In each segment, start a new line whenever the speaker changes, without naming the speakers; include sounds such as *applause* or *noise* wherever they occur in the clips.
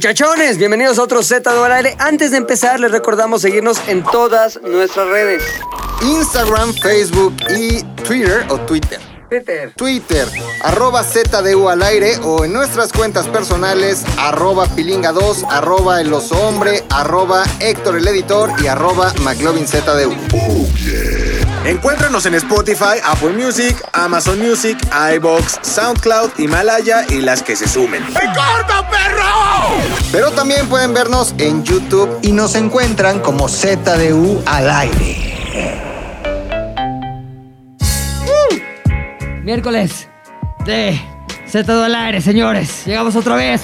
Muchachones, bienvenidos a otro Z al aire. Antes de empezar, les recordamos seguirnos en todas nuestras redes.
Instagram, Facebook y Twitter o Twitter.
Peter.
Twitter, arroba ZDU al aire o en nuestras cuentas personales, arroba pilinga2, arroba el oso hombre, arroba Héctor el editor y arroba McLovinZDU.
Encuéntranos en Spotify, Apple Music, Amazon Music, iBox, SoundCloud, Himalaya y las que se sumen.
Pero también pueden vernos en YouTube y nos encuentran como ZDU al aire.
Miércoles de Z dólares, señores. Llegamos otra vez.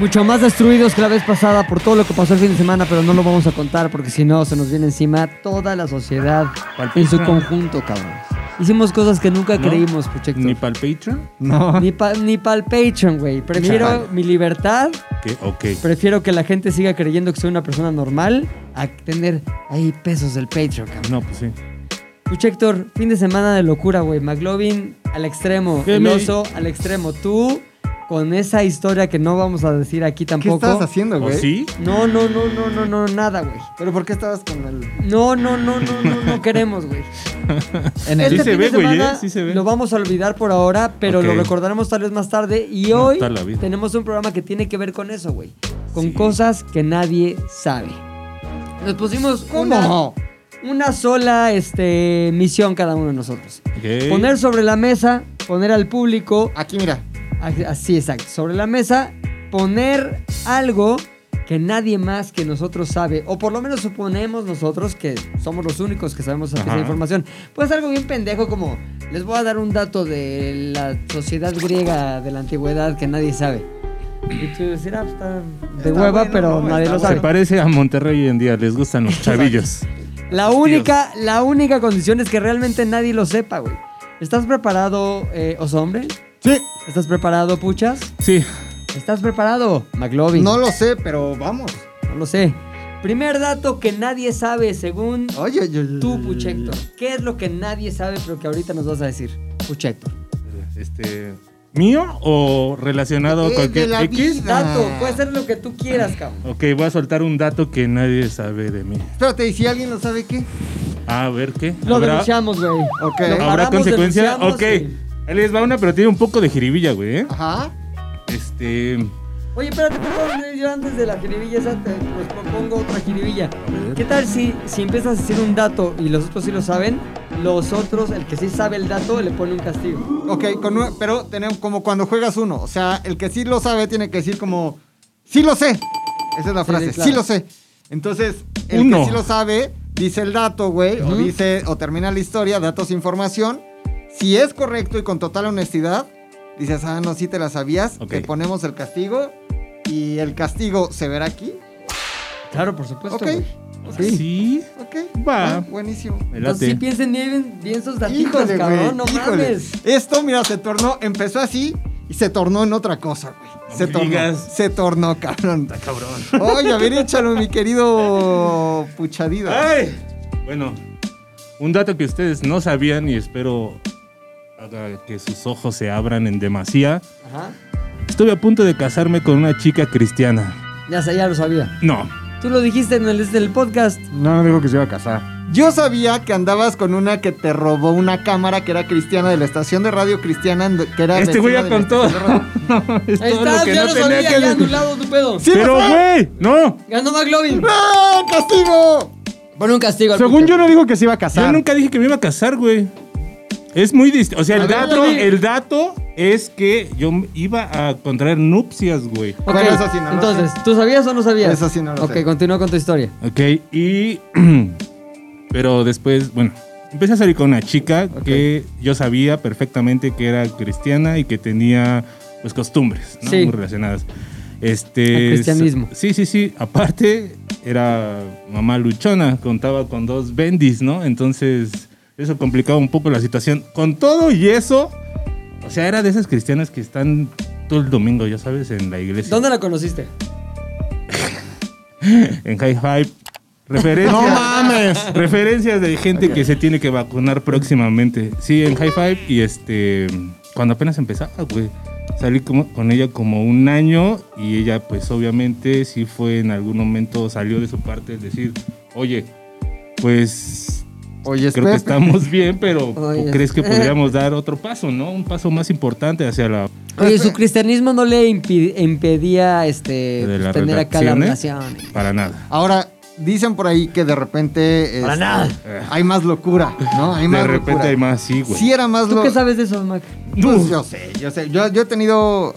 Mucho más destruidos que la vez pasada por todo lo que pasó el fin de semana, pero no lo vamos a contar porque si no se nos viene encima toda la sociedad en su conjunto, cabrón. Hicimos cosas que nunca creímos, Puchector.
¿Ni *laughs* para el Patreon?
No.
Ni para el Patreon, güey. Prefiero
Chaval.
mi libertad,
¿Qué? Ok.
prefiero que la gente siga creyendo que soy una persona normal a tener ahí pesos del Patreon, cabrón.
No, pues sí.
Puch Héctor, fin de semana de locura, güey. McLovin al extremo,
¿Qué
el
me-
oso al extremo. Tú con esa historia que no vamos a decir aquí
¿Qué
tampoco.
estabas haciendo,
¿O
güey?
sí?
No, no, no, no, no, no, nada, güey.
¿Pero por qué estabas con el...?
No, no, no, no, no, no queremos, güey.
En
Sí
Este
se
fin de
ve, güey, ¿eh?
semana
Sí se ve.
Lo vamos a olvidar por ahora, pero
Ok.
lo recordaremos tal vez más tarde. Y
No,
hoy
está la vida.
tenemos un programa que tiene que ver con eso, güey. Con cosas que nadie sabe. Nos pusimos una,
¿Cómo?
una sola este, misión cada uno de nosotros.
Ok.
Poner sobre la mesa, poner al público,
Aquí, mira.
a- así exacto, sobre la mesa, poner algo que nadie más que nosotros sabe, o por lo menos suponemos nosotros que somos los únicos que sabemos esa pieza de
Ajá.
información. Pues algo bien pendejo como, les voy a dar un dato de la sociedad griega de la antigüedad que nadie sabe. Y tú decir, ah, está de
Está
hueva,
bueno,
pero
no,
nadie
está
lo
Se
sabe.
parece a Monterrey hoy en día. Les gustan los chavillos.
La única, la única condición es que realmente nadie lo sepa, güey. ¿Estás preparado, eh, oso hombre?
Sí.
¿Estás preparado, puchas?
Sí.
¿Estás preparado, McLovin?
No lo sé, pero vamos.
No lo sé. Primer dato que nadie sabe, según
Oye, oye, oye,
tú,
oye.
Puchector. ¿Qué es lo que nadie sabe, pero que ahorita nos vas a decir, Puchector?
Este... ¿Mío o relacionado
Eh,
con qué?
de la
¿X?
vida.
Dato, puede ser lo que tú quieras, cabrón.
Ok, voy a soltar un dato que nadie sabe de mí.
Espérate, ¿y si alguien lo sabe qué?
A ver qué.
Lo
¿Habrá,
denunciamos, güey.
Ok.
Lo
¿habrá
paramos,
consecuencia?
denunciamos
Ok.
y-
Ahí les va una, pero tiene un poco de jiribilla, güey. ¿eh?
Ajá.
Este.
Oye, espérate, perdón, yo antes de la jiribilla esa te pues, propongo otra jiribilla. ¿Qué tal si, si empiezas a decir un dato y los otros sí lo saben, los otros, el que sí sabe el dato, le pone un castigo?
Ok, con un- pero tenemos como cuando juegas uno. O sea, el que sí lo sabe tiene que decir como... ¡Sí lo sé! Esa es la
Sí,
frase. Sí,
sí, claro.
lo sé. Entonces, el
Uno.
que sí lo sabe dice el dato, güey. O
Ujú.
dice... O termina la historia, datos, información. Si es correcto y con total honestidad, dices, ah, no, sí te la sabías.
Ok.
Te ponemos el castigo. Y el castigo se verá aquí.
Claro, por supuesto.
Ok.
güey.
Sí.
Ok.
Va.
Ah, buenísimo.
Me late.
Entonces sí piensen bien, bien sus datitos,
Híjole, güey.
cabrón, no
híjole.
mames.
Esto, mira, se tornó, empezó así y se tornó en otra cosa, güey.
No
se
me
tornó.
digas.
Se tornó, cabrón.
Cabrón.
Oye, a ver, échalo, mi querido Puchadida.
¡Ay! Bueno, un dato que ustedes no sabían y espero haga que sus ojos se abran en demasía.
Ajá.
Estuve a punto de casarme con una chica cristiana.
Ya, sé, ya lo sabía.
No.
Tú lo dijiste en el, en el podcast.
No, no dijo que se iba a casar. Yo sabía que andabas con una que te robó una cámara que era cristiana de la estación de radio cristiana en- que era.
este güey
vecina
ya
de la
contó.
estación de radio.
*laughs* No, es todo
Estás,
lo que
ya
no
lo
tenía
sabía,
que
ya
decir.
anulado tu pedo.
Sí,
Pero,
lo sé.
güey, no.
Ganó McLovin.
¡Ah, castigo!
Pon un castigo al
Según
puto.
yo no dijo que se iba a casar.
Yo nunca dije que me iba a casar, güey. Es muy distinto. O sea,
A
el
ver,
dato,
dale.
el dato es que yo iba a contraer nupcias, güey.
Ok,
Bueno, eso sí no lo
entonces, ¿tú sabías o no sabías?
Eso sí no lo
Ok,
sé.
continúa con tu historia.
Ok, y. *clears throat* Pero después, bueno, empecé a salir con una chica que yo sabía perfectamente que era cristiana y que tenía, pues, costumbres, ¿no?
Sí.
Muy relacionadas. Este.
Al cristianismo.
Sí, sí, sí. Aparte, era mamá luchona, contaba con dos bendis, ¿no? Entonces, eso complicaba un poco la situación. Con todo y eso, o sea, era de esas cristianas que están todo el domingo, ya sabes, en la iglesia.
¿Dónde la conociste?
En High Hype. Referencias.
¡No mames!
Referencias de gente que se tiene que vacunar próximamente. Sí, en High Five y este. Cuando apenas empezaba, güey. Salí como- con ella como un año y ella pues obviamente sí fue en algún momento, salió de su parte el decir, oye, pues
Oye,
creo que
Pepe.
estamos bien, pero
*laughs* Oye,
¿crees que
Pepe.
podríamos dar otro paso, no? Un paso más importante hacia la...
Oye, su cristianismo no le impi- impedía este,
de
pues,
las
tener acá la eh? relación.
relaciones? Para nada.
Ahora, dicen por ahí que de repente.
Para
este,
nada.
Hay más locura, ¿no? Hay más
De repente
locura.
hay más, sí,
Si
güey.
era más
¿Tú qué
locura.
sabes de eso, Mac?
yo sé, yo sé. Yo, yo he tenido.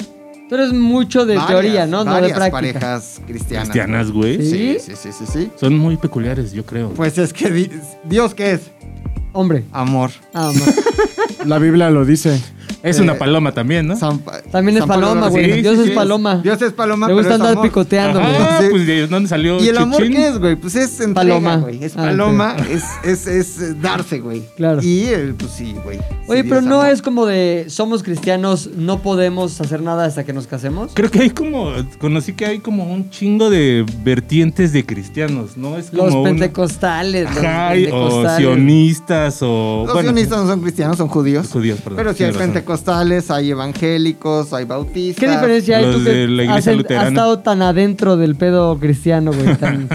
Tú eres mucho de
varias,
teoría, ¿no? No de
varias
práctica.
parejas cristianas.
Cristianas, güey.
Sí.
Sí, sí, sí, sí, sí.
Son muy peculiares, yo creo.
Pues es que di- Dios, ¿qué es?
Hombre.
Amor.
Ah, Mac.
*laughs*
La Biblia lo dice.
es
eh,
una paloma también, ¿no?
San Pa-
También es
San Pablo
paloma,
lo
güey.
sí,
Dios
sí,
es
sí.
paloma.
Dios es paloma,
Le
pero
gusta
es
andar
amor.
picoteando, güey.
Ajá,
Sí.
pues de dónde salió
¿Y el amor
Chichín?
qué es, güey? Pues es entrega,
Paloma.
güey. Es
Ah,
paloma, es, es, es, eh, darse, güey.
Claro.
Y, eh, pues sí, güey.
Oye,
Sí,
pero
Dios
no
amor.
es como de somos cristianos, no podemos hacer nada hasta que nos casemos.
Creo que hay como, conocí que hay como un chingo de vertientes de cristianos, ¿no? Es como
Los
un-
pentecostales, los
Ajá, y- o
pentecostales.
sionistas o...
Los
bueno,
sionistas no son cristianos, son judíos.
Judíos, perdón,
Pero sí hay
tienes razón.
pentecostales, hay evangélicos, hay bautistas.
¿Qué diferencia hay
Los
tú que
de la iglesia
has, en-
luterana.
has estado tan adentro del pedo cristiano, güey?
*laughs*
Tan,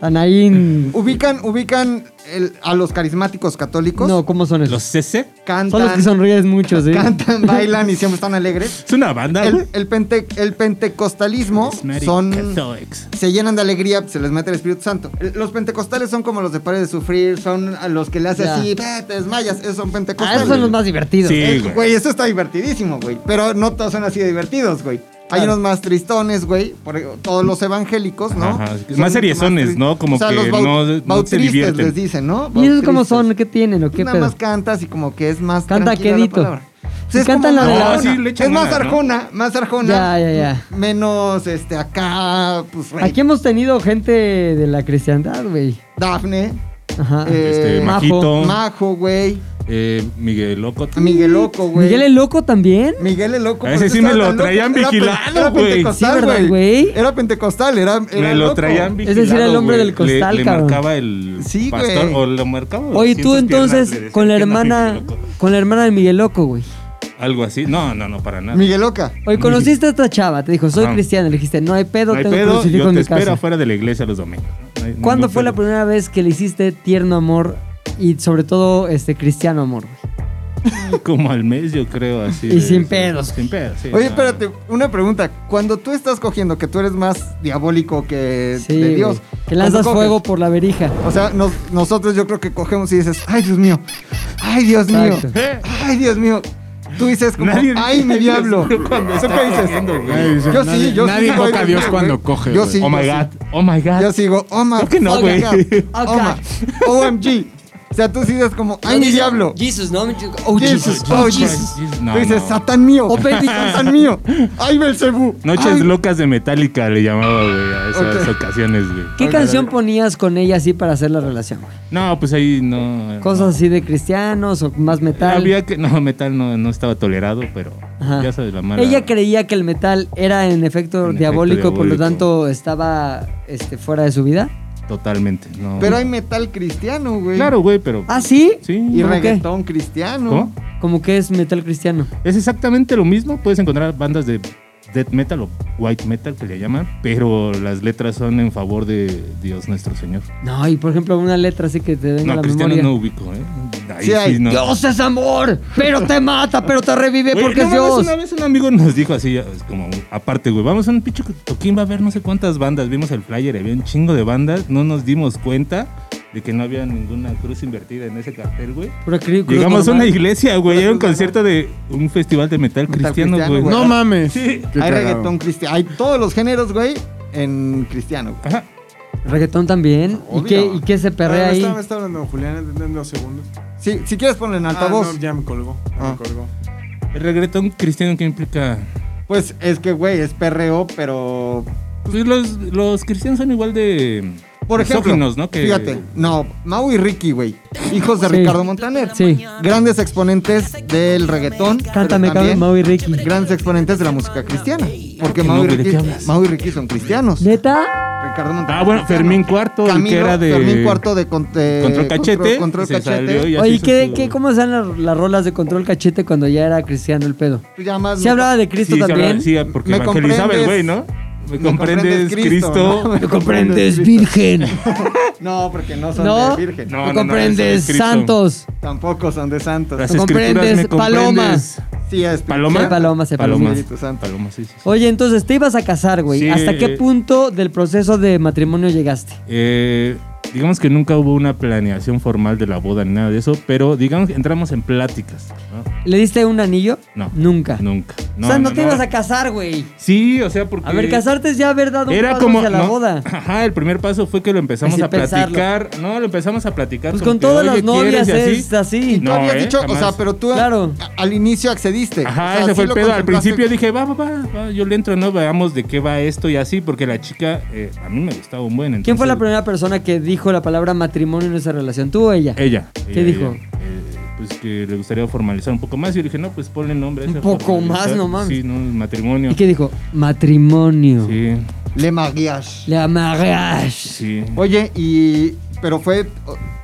tan ahí. en-
Ubican, ubican el- a los carismáticos católicos.
No, ¿cómo son esos?
Los CC.
cantan,
son los que sonríes mucho, ¿sí? *laughs*
cantan, bailan y siempre están alegres.
Es una banda,
El,
güey.
el pente- el pentecostalismo
Charismatic
son
Catholics.
se llenan de alegría, se les mete el Espíritu Santo. El- Los pentecostales son como los de pares de sufrir, son a los que le hace
Ya.
así, "Ve, te desmayas, esos son
Ah,
pentecostales.
esos son los más divertidos.
Sí.
Eh,
güey.
Güey, eso está divertidísimo, güey. Pero no todos son así de divertidos, güey. Hay
Claro.
unos más tristones, güey. Por ejemplo, todos los evangélicos, ¿no?
Ajá,
Son
más seriezones,
tri-
¿no? Como que
baut-
no- no se
bautristas
divierten.
les dicen, ¿no?
¿Y esos cómo
Bautristas.
son? ¿Qué tienen o qué
Nada
pedo?
más cantas y como que es más
Canta
tranquila la
quedito.
palabra.
Sí, canta la
como
de
más
la
Arjona.
hora. Ah, Sí, le echan
Es más
ganas, ¿no?
arjona, más arjona.
Ya, ya, ya.
Menos, este, acá, pues, güey.
Aquí hemos tenido gente de la cristiandad, güey.
Dafne,
Ajá.
Eh,
Este,
Majo.
Majito.
Majo, güey.
eh, Miguel Loco.
Miguel Loco, güey.
¿Miguel el Loco también?
Miguel el Loco.
A ese
¿por qué
sí me
estaba
lo
tan loco?
traían
Era pen-
vigilado,
era
güey.
pentecostal,
Sí, ¿verdad, güey?
Era pentecostal, era, era
Me lo
loco.
traían
Es
vigilado,
decir, el hombre
güey.
del costal,
le, le
cabrón.
marcaba el
Sí,
pastor
güey.
o lo marcaba.
Oye, tú
200
entonces
piernas, le
con la
decía, "¿Qué onda,
hermana,
Miguel Loco?".
con la hermana de Miguel Loco, güey.
Algo así. No, no, no, para nada.
Miguel Loca.
Oye, conociste a esta chava, te dijo, soy
Ajá.
cristiana, le dijiste, no hay pedo,
No hay
tengo
pedo,
crucifijo
yo
en
te
mi
espero
casa.
afuera de la iglesia los domingos. No hay- no
¿Cuándo
hay
fue la
pedo.
primera vez que le hiciste tierno amor y sobre todo este cristiano amor? güey?
Como al mes, yo creo, así.
Y
de-
sin pedos.
Sin pedos, sí.
Oye,
no,
espérate, una pregunta. Cuando tú estás cogiendo, que tú eres más diabólico que
Sí,
de Dios.
güey. que lanzas
cuando coges,
fuego por la verija.
O sea, nos- nosotros yo creo que cogemos y dices, ay, Dios mío, ay, Dios mío,
Exacto.
ay, Dios mío. Tú dices como,
¿Eh? Nadie-
ay, mi diablo.
*laughs* cuando
¿Eso
está
qué dices?
cogiendo, güey.
Nadie dice-
Yo
nadie-
sí, yo sí.
nadie
digo, ay,
invoca a Dios
mío,
cuando
güey.
coge.
Yo
güey.
sí.
Oh my
yo
God,
sí.
oh my God.
Yo sigo, oh my
Creo que no,
oh
güey.
my God,
Oh,
oh my- OMG. O sea, tú dices como, ay, mi diablo.
Jesus, ¿no? Oh,
Jesus, oh Jesus.
Jesus.
Tú
No,
dices,
no.
Satán mío.
Oh, baby,
Satán mío. Ay, Belcebú.
Noches
Ay,
locas de Metallica le llamaba, güey, a esas
Ok.
ocasiones, güey.
¿Qué canción ponías con ella así para hacer la relación? güey?
No, pues ahí no.
Cosas así de cristianos o más
no.
metal.
Había que. No, metal no, no estaba tolerado, pero.
Ajá.
Ya sabes, la mala.
Ella creía que el metal era en efecto
En
diabólico,
efecto
por lo
diabólico.
tanto estaba este, fuera de su vida.
Totalmente, no.
Pero hay metal cristiano, güey.
Claro, güey, pero.
¿Ah, sí?
Sí.
Y
¿Cómo qué?
reggaetón cristiano.
¿Cómo?
Como que es metal cristiano.
Es exactamente lo mismo. Puedes encontrar bandas de death metal o white metal que le llaman, pero las letras son en favor de Dios nuestro Señor.
No, y por ejemplo, una letra así que te venga a
No,
la
cristiano
memoria.
no ubico, ¿eh? Ahí
Sí hay.
no.
Dios es amor, pero te mata, pero te revive
Oye,
porque
no
es
mames,
Dios.
Una vez un amigo nos dijo así, ya, es como aparte, güey, vamos a un pinche toquín, va a haber no sé cuántas bandas. Vimos el flyer, había un chingo de bandas, no nos dimos cuenta de que no había ninguna cruz invertida en ese cartel, güey.
Pura cri- cruz
Llegamos a una
normal.
iglesia, güey,
Una
era un
cruz
concierto de un festival de metal,
Metal
cristiano,
cristiano,
güey.
güey.
No mames.
Sí.
Qué
Hay
Hay
cagado.
reggaetón cristiano. Hay todos los géneros, güey, en cristiano. güey.
Ajá.
Reggaetón también. ¿Y
Obvio.
qué, ¿Y qué se perrea
Ah,
ahí?
Estaba, estaba hablando Julián, en dos segundos.
Si, si quieres ponlo en altavoz.
Ah, no, ya me colgó, ya
Ah.
me colgó.
El reggaetón cristiano que implica...
Pues es que, güey, es perreo, pero.
Pues los, los cristianos son igual de...
Por ejemplo,
misóginos, ¿no? Que-
fíjate, no, Mau y Ricky, güey, hijos de
Sí.
Ricardo Montaner,
Sí.
grandes exponentes del reggaetón,
Cántame,
pero también
Carlos, Mau y Ricky.
grandes exponentes de la música cristiana, porque
¿Qué,
Mau y,
no, güey, de
Ricky,
qué hablas?
Mau y Ricky son cristianos,
¿Neta?
Ricardo Montalbán.
Ah, bueno,
Cristiano.
Fermín Cuarto, el que
Camilo-
era de.
Fermín Cuarto de, con- de
Control Cachete.
Control
se
Cachete.
salió y así
Oye,
hizo
¿qué,
su-
qué, ¿cómo están las, las rolas de control cachete cuando ya era cristiano el pedo?
Tú llamas-
¿Se hablaba de Cristo
Sí, se
también?
hablaba- sí, porque
Me
evangelizaba el
comprendes-
güey, ¿no? Me
me
comprendes, *laughs* Cristo.
¿no?
¿Me comprendes, virgen?
No, porque no *laughs* son
¿No?
de virgen.
No,
¿Me
no, no,
comprendes,
es Cristo.
santos?
Tampoco son de santos.
Las
¿Me
escrituras me
comprendes,
comprendes.
Sí, es
¿Paloma?
Sí, paloma, sí, paloma.
Espíritu Santo.
Paloma, sí, sí. sí.
Oye, entonces te ibas a casar, güey.
Sí,
¿Hasta qué
eh,
punto del proceso de matrimonio llegaste?
Eh, digamos que nunca hubo una planeación formal de la boda ni nada de eso, pero digamos que entramos en pláticas.
¿Le diste un anillo?
No. no
Nunca.
Nunca.
o sea, no, te ibas a casar, güey.
Sí, o sea, porque.
A ver, casarte es ya haber dado un
Eh, Era
paso
como.
hacia la
no,
boda.
Ajá, el primer paso fue que lo empezamos
Sin
a platicar. No, lo empezamos a platicar.
Pues
como
con
que,
todas
"Oye,
las
¿quieres?"
novias
y
es así.
Tú habías
No, ¿eh?
dicho, o
Jamás.
sea, pero tú
Claro.
a- al inicio accediste.
Ajá,
O sea,
ese
sí
fue el
lo
pedo. Al
contemplaste.
principio dije, va, va, va, va, yo le entro, no, veamos de qué va esto y así, porque la chica, eh, a mí me gustaba un buen.
¿Quién fue la
entonces-
primera persona que dijo la palabra matrimonio en esa relación? ¿Tú o ella?
Ella.
¿Qué
ella,
dijo?
ella. Eh, pues que le gustaría formalizar un poco más. Y yo le dije, no, pues ponle nombre. a
Un
ese
poco
formalizar.
más, no mames.
Sí, no, matrimonio.
¿Y qué dijo? Matrimonio.
Sí,
Le maguías.
La mariage.
sí,
Oye, y. Pero fue.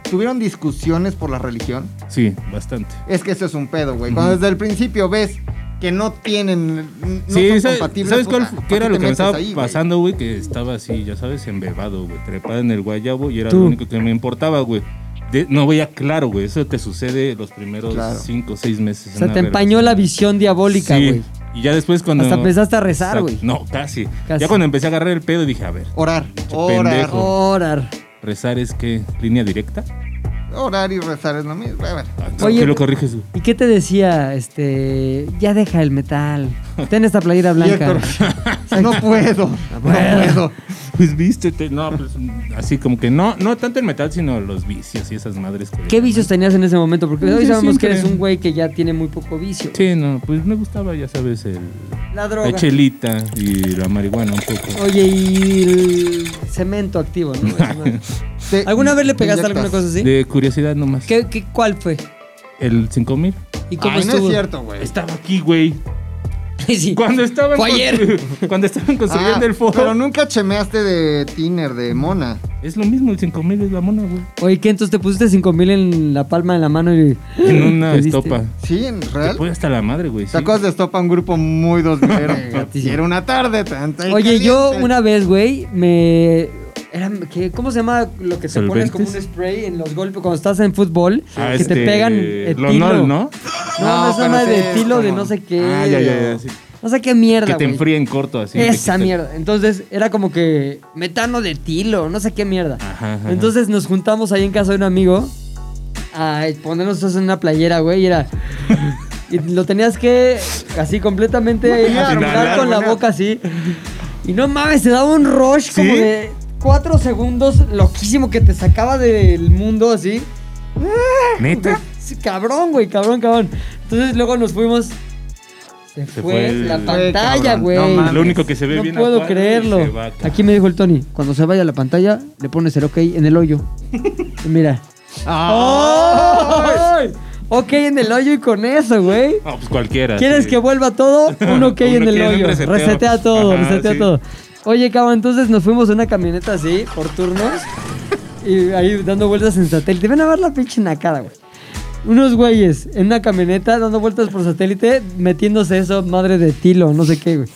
¿Tuvieron discusiones por la religión?
sí, bastante.
Es que eso es un pedo, güey. Cuando desde el principio ves que no tienen. No
sí,
son
¿sabes,
compatibles.
¿sabes
o
cuál
sea,
fue-
¿para
qué era
te
lo que me
metes
estaba
ahí, güey?
pasando, güey? Que estaba así, ya sabes, embebado, güey, trepado en el guayabo y era
Tú.
lo único que me importaba, güey. De- no veía claro, güey, eso te sucede los primeros
Claro.
cinco o seis meses.
O sea, te empañó la visión diabólica, güey.
Y ya después cuando...
Hasta empezaste a rezar, güey.
No, casi.
Casi.
Ya cuando empecé a agarrar el pedo dije, a ver,
Orar.
Pinche
Orar.
pendejo.
Orar.
rezar es que línea directa.
Orar y rezar es lo mismo. A ver.
Ah,
Oye,
¿Qué lo corriges? güey? *laughs*
¿Y qué te decía? Este. Ya deja el metal. Ten esta
*laughs*
playera blanca. *laughs*
No puedo. No puedo.
Pues vístete. No, pues así como que no, no tanto el metal, sino los vicios y esas madres. que-
¿Qué vicios tenías en ese momento? Porque
Pues
hoy
yo
sabemos que
siempre-
eres un güey que ya tiene muy poco vicio.
Sí, no, pues me gustaba, ya sabes, el,
La droga.
la chelita y la marihuana un poco.
Oye, y el cemento activo,
*laughs*
¿no? Eso no-
Te-
¿Alguna vez le pegaste
inyectas.
alguna cosa así?
De curiosidad nomás.
¿Qué, qué, cuál fue?
El 5000.
¿Y cómo
Ay, no
estuvo?
es cierto, güey.
Estaba aquí, güey.
*laughs* Sí.
Cuando estaban
Fue ayer.
constru- *laughs* cuando estaban construyendo
Ah,
el foro.
Pero nunca chemeaste de Tiner, de Mona.
Es lo mismo, el 5000 es la mona, güey.
Oye, ¿qué? Entonces te pusiste 5000 en la palma de la mano y.
En una
¿Te diste?
estopa.
Sí, en
Te
real.
Pues,
puede hasta la madre, güey.
¿Te
sí.
acuerdas de Estopa? Un grupo muy dos
*laughs*
Y era una tarde tanta y
Oye, yo
caliente.
una vez, güey, me. Era, ¿qué- ¿Cómo se llama lo que te pones
¿Solventes?
como un spray en los golpes cuando estás en fútbol?
Ah,
que
este,
te pegan etilo.
Lonol, ¿no?
No,
No,
no, es
pero
nada
sí
de
es
estilo de
como-
no sé qué.
Ah, ya, ya, ya, sí.
No sé qué mierda.
Que te
güey.
enfríen corto así. te
Esa
quitan.
mierda. Entonces era como que metano de tilo, no sé qué mierda.
Ajá, ajá.
Entonces nos juntamos ahí en casa de un amigo a ponernos eso en una playera, güey, y era. Y lo tenías que así completamente armar con la boca así. Y no mames, te daba un rush como
¿Sí?
de cuatro segundos loquísimo que te sacaba del mundo así.
Neta.
Sí, cabrón, güey, cabrón, cabrón. Entonces luego nos fuimos. Se, fue,
fue el-
la
Fue,
pantalla,
cabrón,
güey.
no mames.
Lo único que se ve
No
bien a
puedo
cuadro y se
creerlo.
va acá.
Aquí me dijo el Tony, cuando se vaya la pantalla, le pones el ok en el hoyo. Y Mira.
Ah.
¡Oh! ¡Ay! Ok en el hoyo y con eso, güey.
No, pues cualquiera.
¿Quieres
sí.
que vuelva
*laughs*
todo? Un ok en
Un ok
el
en un
hoyo.
reseteo.
Resetea todo,
Ajá,
resetea
sí.
todo. Oye, cabrón, entonces nos fuimos en una camioneta así, por turnos. Y ahí dando vueltas en satélite. Ven a ver la pinche nacada, güey. Unos güeyes en una camioneta dando vueltas por satélite, metiéndose eso, madre de tilo, no sé qué, güey.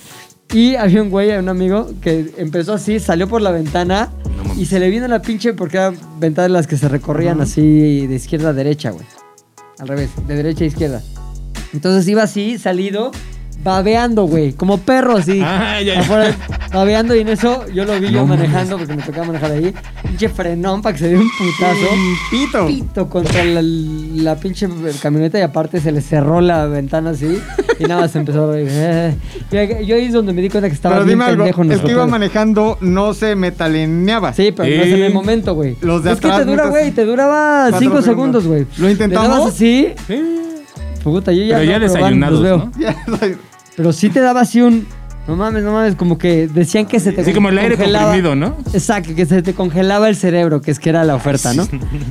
Y había un güey, un amigo, que empezó así, salió por la ventana y se le vino la pinche, porque eran ventanas las que se recorrían así de izquierda a derecha, güey. Al revés, de derecha a izquierda. Entonces iba así, salido, babeando, güey, como perro así.
*laughs* Ah, ya, ya.
Afuera, babeando y en eso yo lo vi yo manejando, porque me tocaba manejar ahí. Pinche frenón para que se dé un putazo.
Pito.
Pito contra la, la pinche camioneta y aparte se le cerró la ventana así y nada más empezó a reír. Eh. Yo, yo ahí es donde me di cuenta que estaba
Pero
bien
dime algo,
pendejo
el que iba
nosotros.
manejando no se metaleneaba.
Sí, pero no es en el
Sí.
momento, güey.
Los de
es que
atrás
te dura,
nunca-
güey, te duraba
Cuatro
5
segundos.
segundos, güey.
¿Lo intentamos?
Le dabas así,
Sí.
puta, yo ya
Pero
no,
ya
van, los
desayunados,
veo.
¿no?
*laughs* Ya, soy-
Pero sí te daba así un. No mames, no mames, como que decían que se te
Así como el aire
congelaba-
comprimido, ¿no?
Exacto, que se te congelaba el cerebro, que es que era la oferta,
*laughs*
¿no?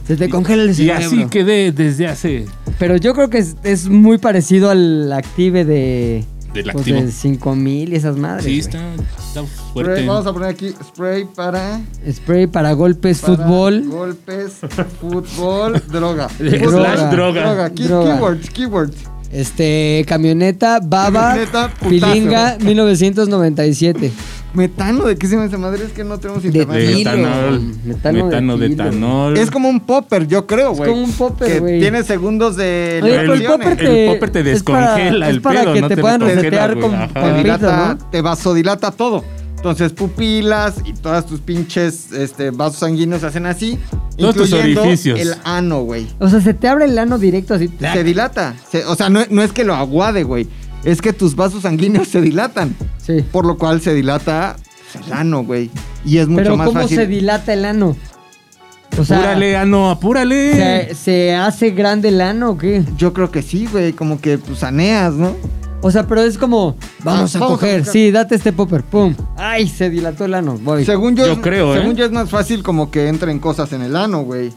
Se te congela el
Y
cerebro.
así quedé desde hace.
Pero yo creo que es, es muy parecido al active de,
del
Pues
activo.
de 5 mil y esas madres.
Sí,
güey.
está, está fuerte.
Spray, vamos a poner aquí spray para.
Spray para golpes,
para
fútbol.
Golpes, fútbol, *laughs*
*laughs*
droga. Fútbol,
Slash droga.
Key-
Droga.
Keywords, keywords.
Este, camioneta, baba,
Camioneta, putazo.
pilinga, 1997.
Metano, ¿de qué se llama esa madre? Es que no tenemos internet.
de
kilo,
etanol,
metano de
metano de
kilo.
etanol.
Es como un popper, yo creo, güey.
como un popper,
que
güey.
Tiene segundos de. eh.
Oye, pero el
liberaciones.
popper
El
te,
popper te
es para-
descongela
es
el
para
pedo,
que
no
te
te
puedan
descongela,
resetear
güey,
con
ajá.
te
papito,
dilata,
¿no?
te vasodilata todo. Entonces pupilas y todas tus pinches este, vasos sanguíneos se hacen así.
Todos tus
incluyendo
orificios.
El ano, güey.
O sea, se te abre el ano directo así.
Se dilata. Se- o sea, no, no es que lo aguade, güey. Es que tus vasos sanguíneos se dilatan.
Sí.
Por lo cual se dilata pues, el ano, güey. Y es mucho
Pero
más
¿cómo
fácil.
se dilata el ano? O sea,
apúrale, ano, apúrale.
¿se, se hace grande el ano o qué?
Yo creo que sí, güey. Como que pues, saneas, ¿no?
O sea, pero es como, vamos a
Ah, vamos a
coger.
buscar.
sí, date este popper. Pum. Ay, se dilató el ano. Voy.
Según yo,
Yo
es-
creo, ¿eh?
según yo es más fácil como que entren cosas en el ano, güey.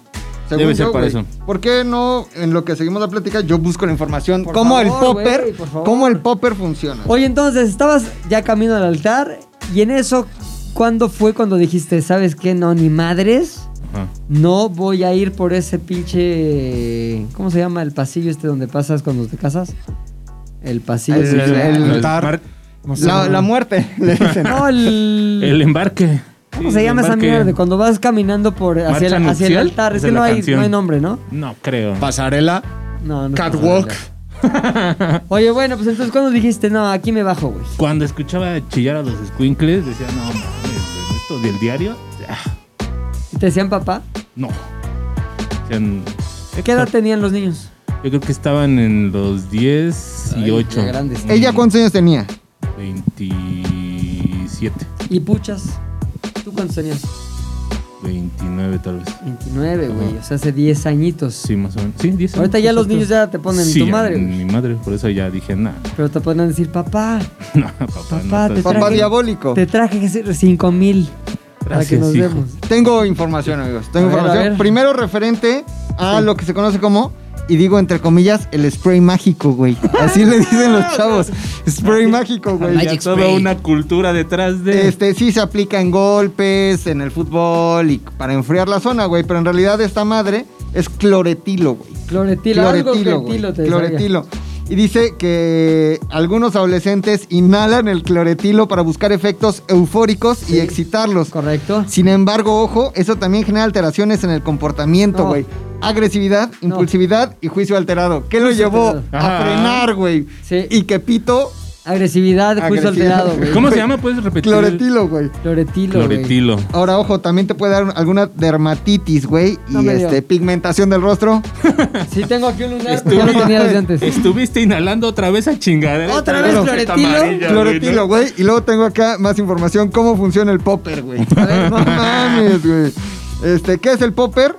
Según
Debe ser
yo,
para
güey.
eso.
¿Por qué no en lo que seguimos la plática yo busco la información
Por
cómo el
favor,
popper,
güey, por favor.
cómo el popper funciona?
Oye, entonces, estabas ya camino al altar y en eso, ¿cuándo fue cuando dijiste, sabes qué? No, ni madres,
Ajá.
no voy a ir por ese pinche... ¿Cómo se llama el pasillo este donde pasas cuando te casas? El pasillo...
El-
este-
el- *laughs*
mar-
No sé,
La, la muerte,
*laughs*
le dicen.
No, el...
*laughs* el embarque.
¿Cómo
Sí,
se
el
llama esa
embarque.
mierda? Cuando vas caminando por hacia, el, hacia
Marcha
el
nupcial,
altar. Es
esa
que
es
no
la
hay,
canción.
no hay nombre, ¿no?
No creo.
Pasarela.
No, no.
Catwalk.
Oye, bueno, pues entonces, ¿cuándo dijiste? No, aquí me bajo, güey.
Cuando escuchaba chillar a los squinkles, decía, no, mames, güey, esto del diario, ah,
¿Y ¿Te decían papá?
no. Decían,
¿Qué edad tenían los niños?
Yo creo que estaban en los 10 y
Ay,
8.
ya grandes.
¿Ella cuántos años tenía?
27,
Y puchas. ¿Tú cuántos tenías?
29 tal vez.
29, güey.
Ajá.
O sea, hace 10 añitos.
Sí, más o menos. Sí, 10
Ahorita
años,
ya los
exacto.
niños ya te ponen
Sí,
tu
ya,
madre. güey.
Mi madre, por eso ya dije, nada.
Pero te pueden decir, papá,
*laughs* No, papá,
Papá,
no
te
estás-
Papá
traje-
diabólico.
te traje 5 mil para que
Oh. Gracias,
nos
hijo.
vemos.
Tengo información, amigos. Tengo
A ver,
información.
a ver.
Primero referente a lo que se conoce como, y digo entre comillas, el spray mágico, güey. Así le dicen los
*laughs*
chavos. Spray mágico, güey.
Ya toda una cultura detrás de...
Este sí se aplica en golpes, en el fútbol y para enfriar la zona, güey. Pero en realidad esta madre es cloretilo, güey.
Cloretilo,
Cloretilo,
algo
güey.
cloretilo te
Cloretilo. Y dice que algunos adolescentes inhalan el cloretilo para buscar efectos eufóricos y excitarlos.
sabía. ¿Correcto?
Sin embargo, ojo, eso también genera alteraciones en el comportamiento,
No.
güey. Agresividad, impulsividad y juicio alterado. ¿Qué lo
Juicio
llevó
alterado.
Ajá.
a frenar, güey?
Sí.
Y que pito
Agresividad, juicio
Agresividad.
alterado, güey.
¿Cómo se llama? ¿Puedes repetir?
cloretilo, güey.
Cloretilo, güey.
Cloretilo.
Ahora, ojo, también te puede dar alguna dermatitis, güey,
No
y
me dio.
este pigmentación del rostro.
Sí, tengo aquí un lunar,
Este
pero ya lo tenía desde antes.
Estuviste inhalando otra vez a chingadera.
¿Otra vez cloretilo?
Cloretilo, güey. Y luego tengo acá más información cómo funciona el popper, güey. A ver, *laughs* no mames, güey. Este, ¿qué es el popper?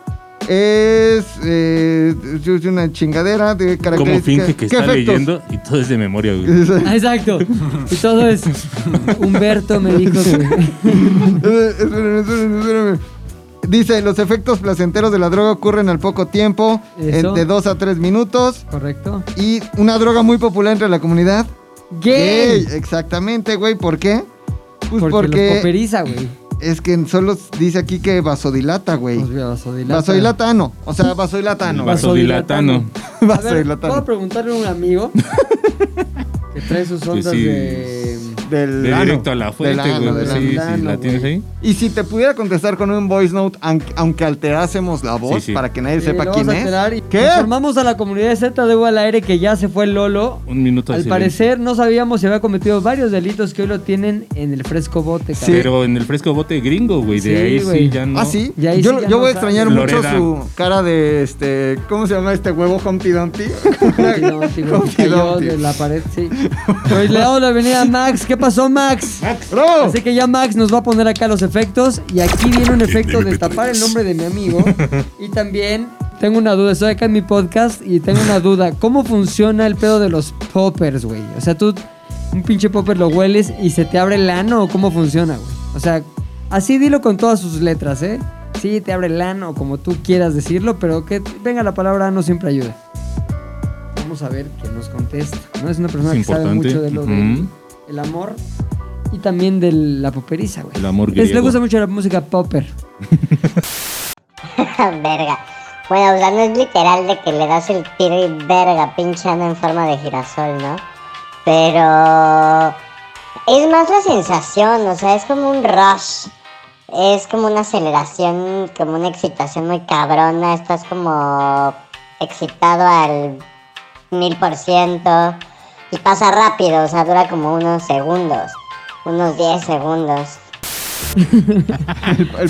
Es, eh, es una chingadera de
Como
características.
finge que
¿Qué
está
efectos?
leyendo y todo es de memoria, güey.
Es,
Ah, *laughs* Exacto. Y todo es. Humberto me dijo que.
Eh, *laughs* espérame, espérame, espérame. Dice, los efectos placenteros de la droga ocurren al poco tiempo,
Eso.
en- de 2 a 3 minutos.
¿Correcto?
Y una droga muy popular entre la comunidad.
¡Gay!
Gay, Exactamente, güey. ¿Por qué? Eh, Pues
Porque,
porque,
los poperiza, güey.
es que solo dice aquí que vasodilata, güey.
Los vasodilata.
Vasodilata no. O sea, vasodilata no.
Vas-
Vasodilatano.
A ver,
*laughs* Vasodilata
puedo
no.
preguntarle a un amigo que trae sus ondas
sí.
de.
Del
De
ano.
directo a la
Del
fuente, güey.
ano, del
Sí, sí,
ano,
la tienes
güey.
ahí.
Y si te pudiera contestar con un voice note, aunque, aunque alterásemos la voz
Sí, sí.
para que nadie
Eh,
sepa
lo
quién
vamos a alterar
es.
y Informamos a la comunidad de Z de U al aire que ya se fue Lolo.
Un minuto de
Al
silencio.
parecer no sabíamos si había cometido varios delitos que hoy lo tienen en el fresco bote, cabrón.
Pero en el fresco bote gringo, güey. De
Sí,
ahí
güey.
sí ya no.
Ah, sí.
Y ahí
Yo,
sí ya
yo
no
voy a
sabe.
extrañar
Loreda.
mucho su cara de este. ¿Cómo se llama este huevo Humpty Dumpty?
*laughs* Humpty
*laughs*
Dumpty, güey,
Humpty
cayó
Dumpty.
de la pared, sí. Pues le damos la bienvenida a Max. ¿Qué pasó, Max?
¡Bravo!
Así que ya Max nos va a poner acá los efectos. Y aquí viene un efecto de tapar el nombre de mi amigo.
*laughs*
Y también tengo una duda. Estoy acá en mi podcast y tengo una duda. ¿Cómo funciona el pedo de los poppers, güey? O sea, tú un pinche popper lo hueles y se te abre el ano. ¿o ¿Cómo funciona, güey? O sea, así dilo con todas sus letras, ¿eh? Sí, te abre el ano, como tú quieras decirlo, pero que venga la palabra ano siempre ayuda. Vamos vamos a ver quién nos contesta. ¿no? Es una persona
Es
que sabe
importante.
mucho de lo
Ujú.
del el amor y también de la poperiza, güey.
El amor
Les- Le
griego.
gusta mucho la música popper.
*laughs* verga. Bueno, o sea, no es literal de que le das el tiro y verga, pinchando en forma de girasol, ¿no? Pero es más la sensación, o sea, es como un rush. Es como una aceleración, como una excitación muy cabrona. Estás como excitado al mil por ciento. Y pasa rápido, o sea, dura como unos segundos, unos 10 segundos.
El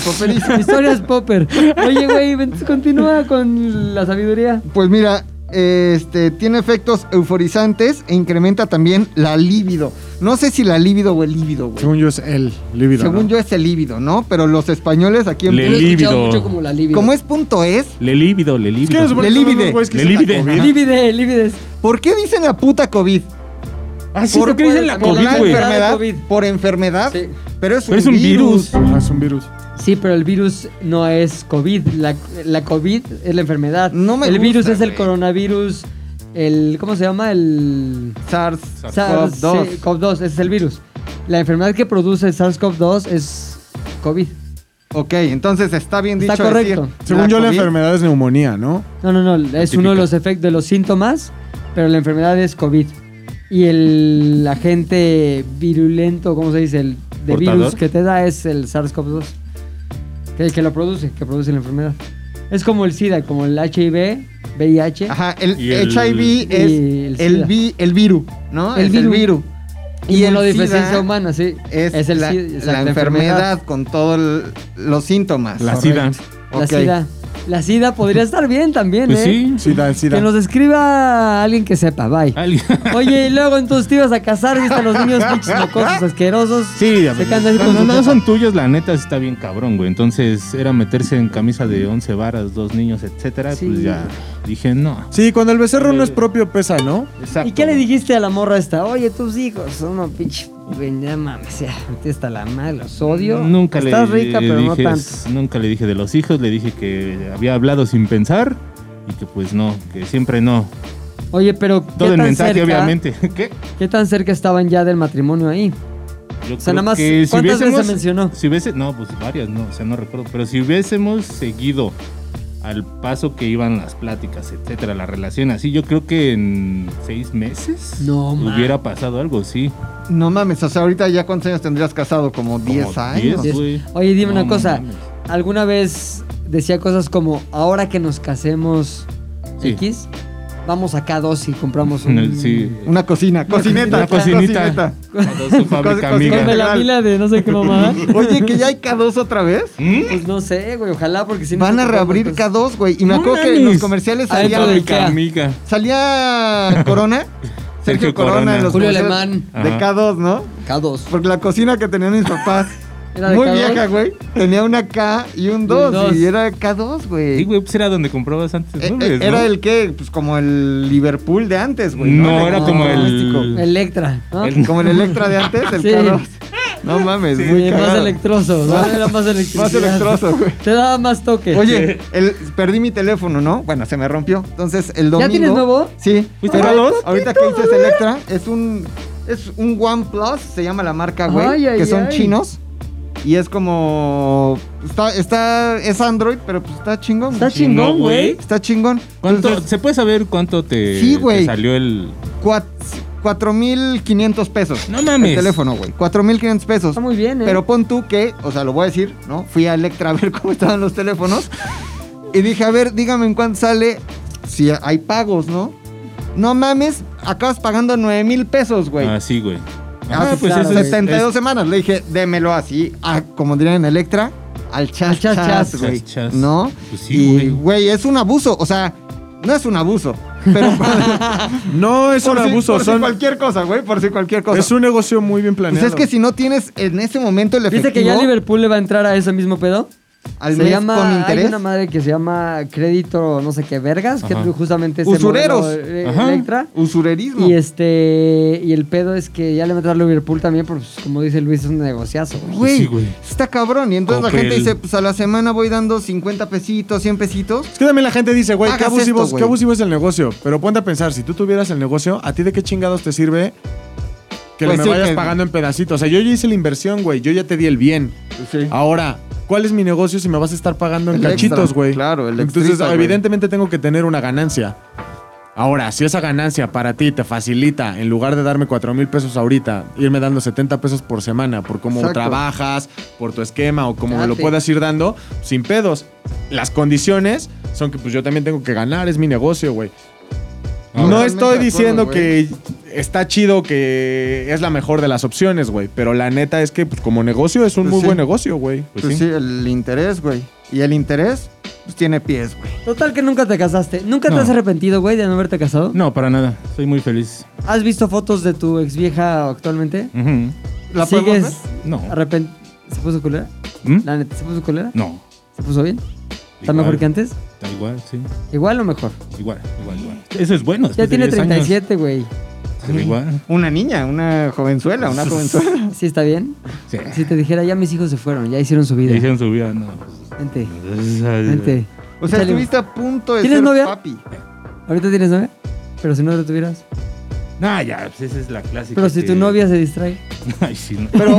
*laughs*
poperizo.
Historias popper. Oye, güey, ven- continúa con la sabiduría.
Pues mira, este tiene efectos euforizantes e incrementa también la libido. No sé si la libido o el líbido, güey.
Según yo es el líbido.
Según yo es el líbido, ¿no? Pero los españoles aquí en
Le-
Yo lo he escuchado
líbido.
mucho como la libido.
Como es punto es,
Le líbido, le líbido.
es
Le libide.
Le libide.
Lívide, lívides.
¿por qué dicen la puta COVID?
Ah, sí,
Por-
lo que dicen la
por
COVID,
la-
güey.
la-
enfermedad,
COVID.
Por enfermedad,
Sí.
pero es un,
Pero es un virus.
Ah, es un virus.
Sí, pero el virus no es COVID. La, la COVID es la enfermedad.
No me
El
gusta,
virus es el
güey.
coronavirus. El, ¿Cómo se llama? El
SARS,
SARS-
CoV-2.
sí, COV-2. Ese es el virus. La enfermedad que produce el SARS-CoV-2 es COVID.
Ok, entonces está bien dicho.
Está correcto.
decir
Según yo la
COVID.
enfermedad es neumonía, ¿no?
No, no, no. Es uno de los efectos de los síntomas, pero la enfermedad es COVID. Y el agente virulento, ¿cómo se dice? El de
¿Portador?
virus que te da es el SARS-CoV-2. Que, que lo produce, que produce la enfermedad. Es como el SIDA, como el HIV, VIH.
Ajá, el,
Y el-
HIV
y el
es el,
SIDA.
vi- el virus, ¿no?
El
Es
viru.
viru.
y la
SIDA
deficiencia humana, sí.
es,
el
la,
SIDA, es
la enfermedad con todos los síntomas.
La sida.
La
Ok.
SIDA. La SIDA
*laughs*
podría estar bien también,
Pues
¿eh?
sí.
Sí, da, sí, da.
Que nos escriba alguien que sepa, bye.
Alguien-
Oye, y luego entonces te ibas a casar, viste a los niños pinches mocosos, asquerosos.
Sí, ya,
se
pues,
quedan ahí con
cuando
su
no
jefa.
son tuyos, la neta sí está bien cabrón, güey. Entonces era meterse en camisa de 11 varas, dos niños, etcétera.
Sí.
Pues ya dije, no.
Sí, cuando el becerro no es propio pesa, ¿no?
Exacto.
¿Y qué le dijiste a la morra esta? Oye, tus hijos son unos pinche. ven, Ya mames, ya, te está la madre, los odio.
Nunca le
Estás rica, pero no
dije-
tanto.
Nunca le dije de los hijos, le dije que había hablado sin pensar y que pues no, que siempre no.
Oye, pero. ¿qué
Todo el
tan
mensaje,
cerca-
obviamente. *laughs* ¿Qué?
¿Qué tan cerca estaban ya del matrimonio ahí?
Yo
sea,
creo
nada más,
que si
¿cuántas veces
hubiésemos-
se mencionó?
Si hubiese, no, pues varias, no, o sea, no recuerdo. Pero si hubiésemos seguido al paso que iban las pláticas, etcétera, la relación, así, yo creo que en seis meses
No, man.
hubiera pasado algo, sí.
No mames, o sea, ahorita ya cuántos años tendrías casado, como 10 años.
diez, güey.
Oye, dime
No,
una cosa.
mames.
¿Alguna vez decía cosas como, ahora que nos casemos
Sí.
X, vamos acá dos y compramos
En
un.
el- *laughs* sí.
Una cocina, cocineta.
Una cocinita.
cocineta.
Cuando su fábrica
Cos-
amiga.
Con melamila de no sé qué
*laughs*
mamada.
Oye, que ya hay K2 otra vez.
¿Mm?
Pues no sé, güey, ojalá porque si no
Van a
se
reabrir
ocupan,
K2, güey. Y me
No
acuerdo que en
mames.
los comerciales salía,
Adentro de
Fábrica
Ikea.
amiga.
salía
*laughs*
Corona. Sergio
Sergio
Corona,
Corona.
en los
Julio
comerciales
Alemán.
De
Ajá.
K2, ¿no?
pues, K2.
Porque la cocina que tenían mis papás,
Era de
muy
K2.
vieja, güey, tenía una K y un 2.
dos.
Y, era K2, güey.
Sí, güey, pues era donde comprabas antes
Eh, eh,
nobles,
era
Pues, ¿no?
el que, pues como el Liverpool de antes, güey.
No,
De
era
que-
como *laughs*
no,
el-
Electra, ¿no? Eh,
El-
Como el Electra de antes, el
Sí.
K2. No mames,
Sí,
muy
más
cagado.
electroso, ¿no? Era más electricidad.
Más electroso,
*laughs*
güey.
Te daba más toque.
Oye, el- perdí mi teléfono, ¿no? Bueno, se me rompió. Entonces, el domingo.
tienes nuevo?
Sí.
¿Fuiste
Pero
a dos?
Ahorita que dices Electra, es un es un OnePlus, se llama la marca, güey,
Ay, ay,
que son
ay.
chinos. Y es como está está es Android, pero pues está chingón.
Está
güey.
chingón, güey.
Está chingón.
¿Cuánto,
Entonces,
¿Se puede saber cuánto te,
Sí,
te
güey.
salió el...?
cuat- 4.500 pesos.
No mames.
El teléfono, güey. 4.500 pesos.
Está muy bien, ¿eh?
Pero pon tú que, o sea, lo voy a decir, ¿no? Fui a Electra a ver cómo estaban los teléfonos. Y dije, a ver, dígame en cuánto sale si hay pagos, ¿no? No mames, acabas pagando 9 mil pesos, güey.
Ah, sí, güey.
Ah,
Ah, pues
claro,
eso es-
72
es-
semanas. Le dije, démelo así, a- como dirían en Electra, al chas,
Al chas,
chas,
chas.
güey.
Chas, chas.
¿No?
Pues sí,
y,
güey.
güey, es un abuso. O sea, no es un abuso. Pero
*laughs*
No es un
por si-
abuso,
por si
son-
cualquier cosa, güey. Por si cualquier cosa.
es un negocio muy bien
Pues
planeado.
es que si no tienes en ese momento el efectivo...
¿Viste que ya Liverpool le va a entrar a ese mismo pedo?
al
se
mes
llama,
con
Hay
interés.
una madre que se llama crédito no sé qué vergas, que
Ajá.
es justamente es eh,
Usureros.
Ajá.
Electra.
Usurerismo.
Y este y el pedo es que ya le va a entrar Liverpool también, porque pues, como dice Luis, es un negociazo. güey.
Pues Güey,
Sí, güey.
está cabrón. Y entonces la
Coppel.
gente dice, pues a la semana voy dando 50 pesitos, 100 pesitos.
Es que también la gente dice, güey, qué
Hagas
abusivo,
esto, güey.
qué abusivo es el negocio. Pero ponte a pensar, si tú tuvieras el negocio, ¿a ti de qué chingados te sirve que
Pues
me
sí,
vayas
que-
pagando en pedacitos? O sea, yo ya hice la inversión, güey. Yo ya te di el bien.
Pues Ah,
Ahora, ¿cuál es mi negocio si me vas a estar pagando en
El extra,
cachitos, güey?
claro, el
Entonces,
extrita, güey.
evidentemente tengo que tener una ganancia. Ahora, si esa ganancia para ti te facilita, en lugar de darme 4 mil pesos ahorita, irme dando 70 pesos por semana por cómo
Exacto.
trabajas, por tu esquema o como me lo
Date.
puedas ir dando, sin pedos. Las condiciones son que pues yo también tengo que ganar, es mi negocio, güey. No
Totalmente de
estoy
acuerdo,
diciendo
güey.
que está chido, que es la mejor de las opciones, güey. Pero la neta es que pues, como negocio es un
Pues
muy
sí.
buen negocio, güey.
Pues, sí. el interés, güey. Y el interés, pues tiene pies, güey.
Total que nunca te casaste. ¿Nunca te
No.
has arrepentido, güey, de no haberte casado?
No, para nada. Soy muy feliz.
¿Has visto fotos de tu ex vieja actualmente?
Ujú.
¿La podemos
¿Sigues
ver?
No.
arrepent- ¿Se puso culera?
¿Mm?
La neta, ¿se puso culera?
No.
¿Se puso bien? ¿Está
Igual.
mejor que antes?
Está igual, sí.
¿Igual o mejor?
Igual, igual, igual. Eso es bueno.
Ya
después de
tiene
10 años.
37, güey.
Pero Igual.
Una niña, una jovenzuela, *laughs* una jovenzuela.
¿Sí está bien?
Sí.
Si te dijera, ya mis hijos se fueron, ya hicieron su vida.
Le hicieron su vida, no.
Vente,
Gente.
vente.
O sea,
Échale.
estuviste a punto de
¿Tienes
ser
novia? *laughs*
papi.
Ahorita tienes novia, pero si no la tuvieras.
No, ya, pues esa es la clásica.
Pero si
que-
tu
*laughs*
novia se distrae.
Ay, sí, no.
Pero,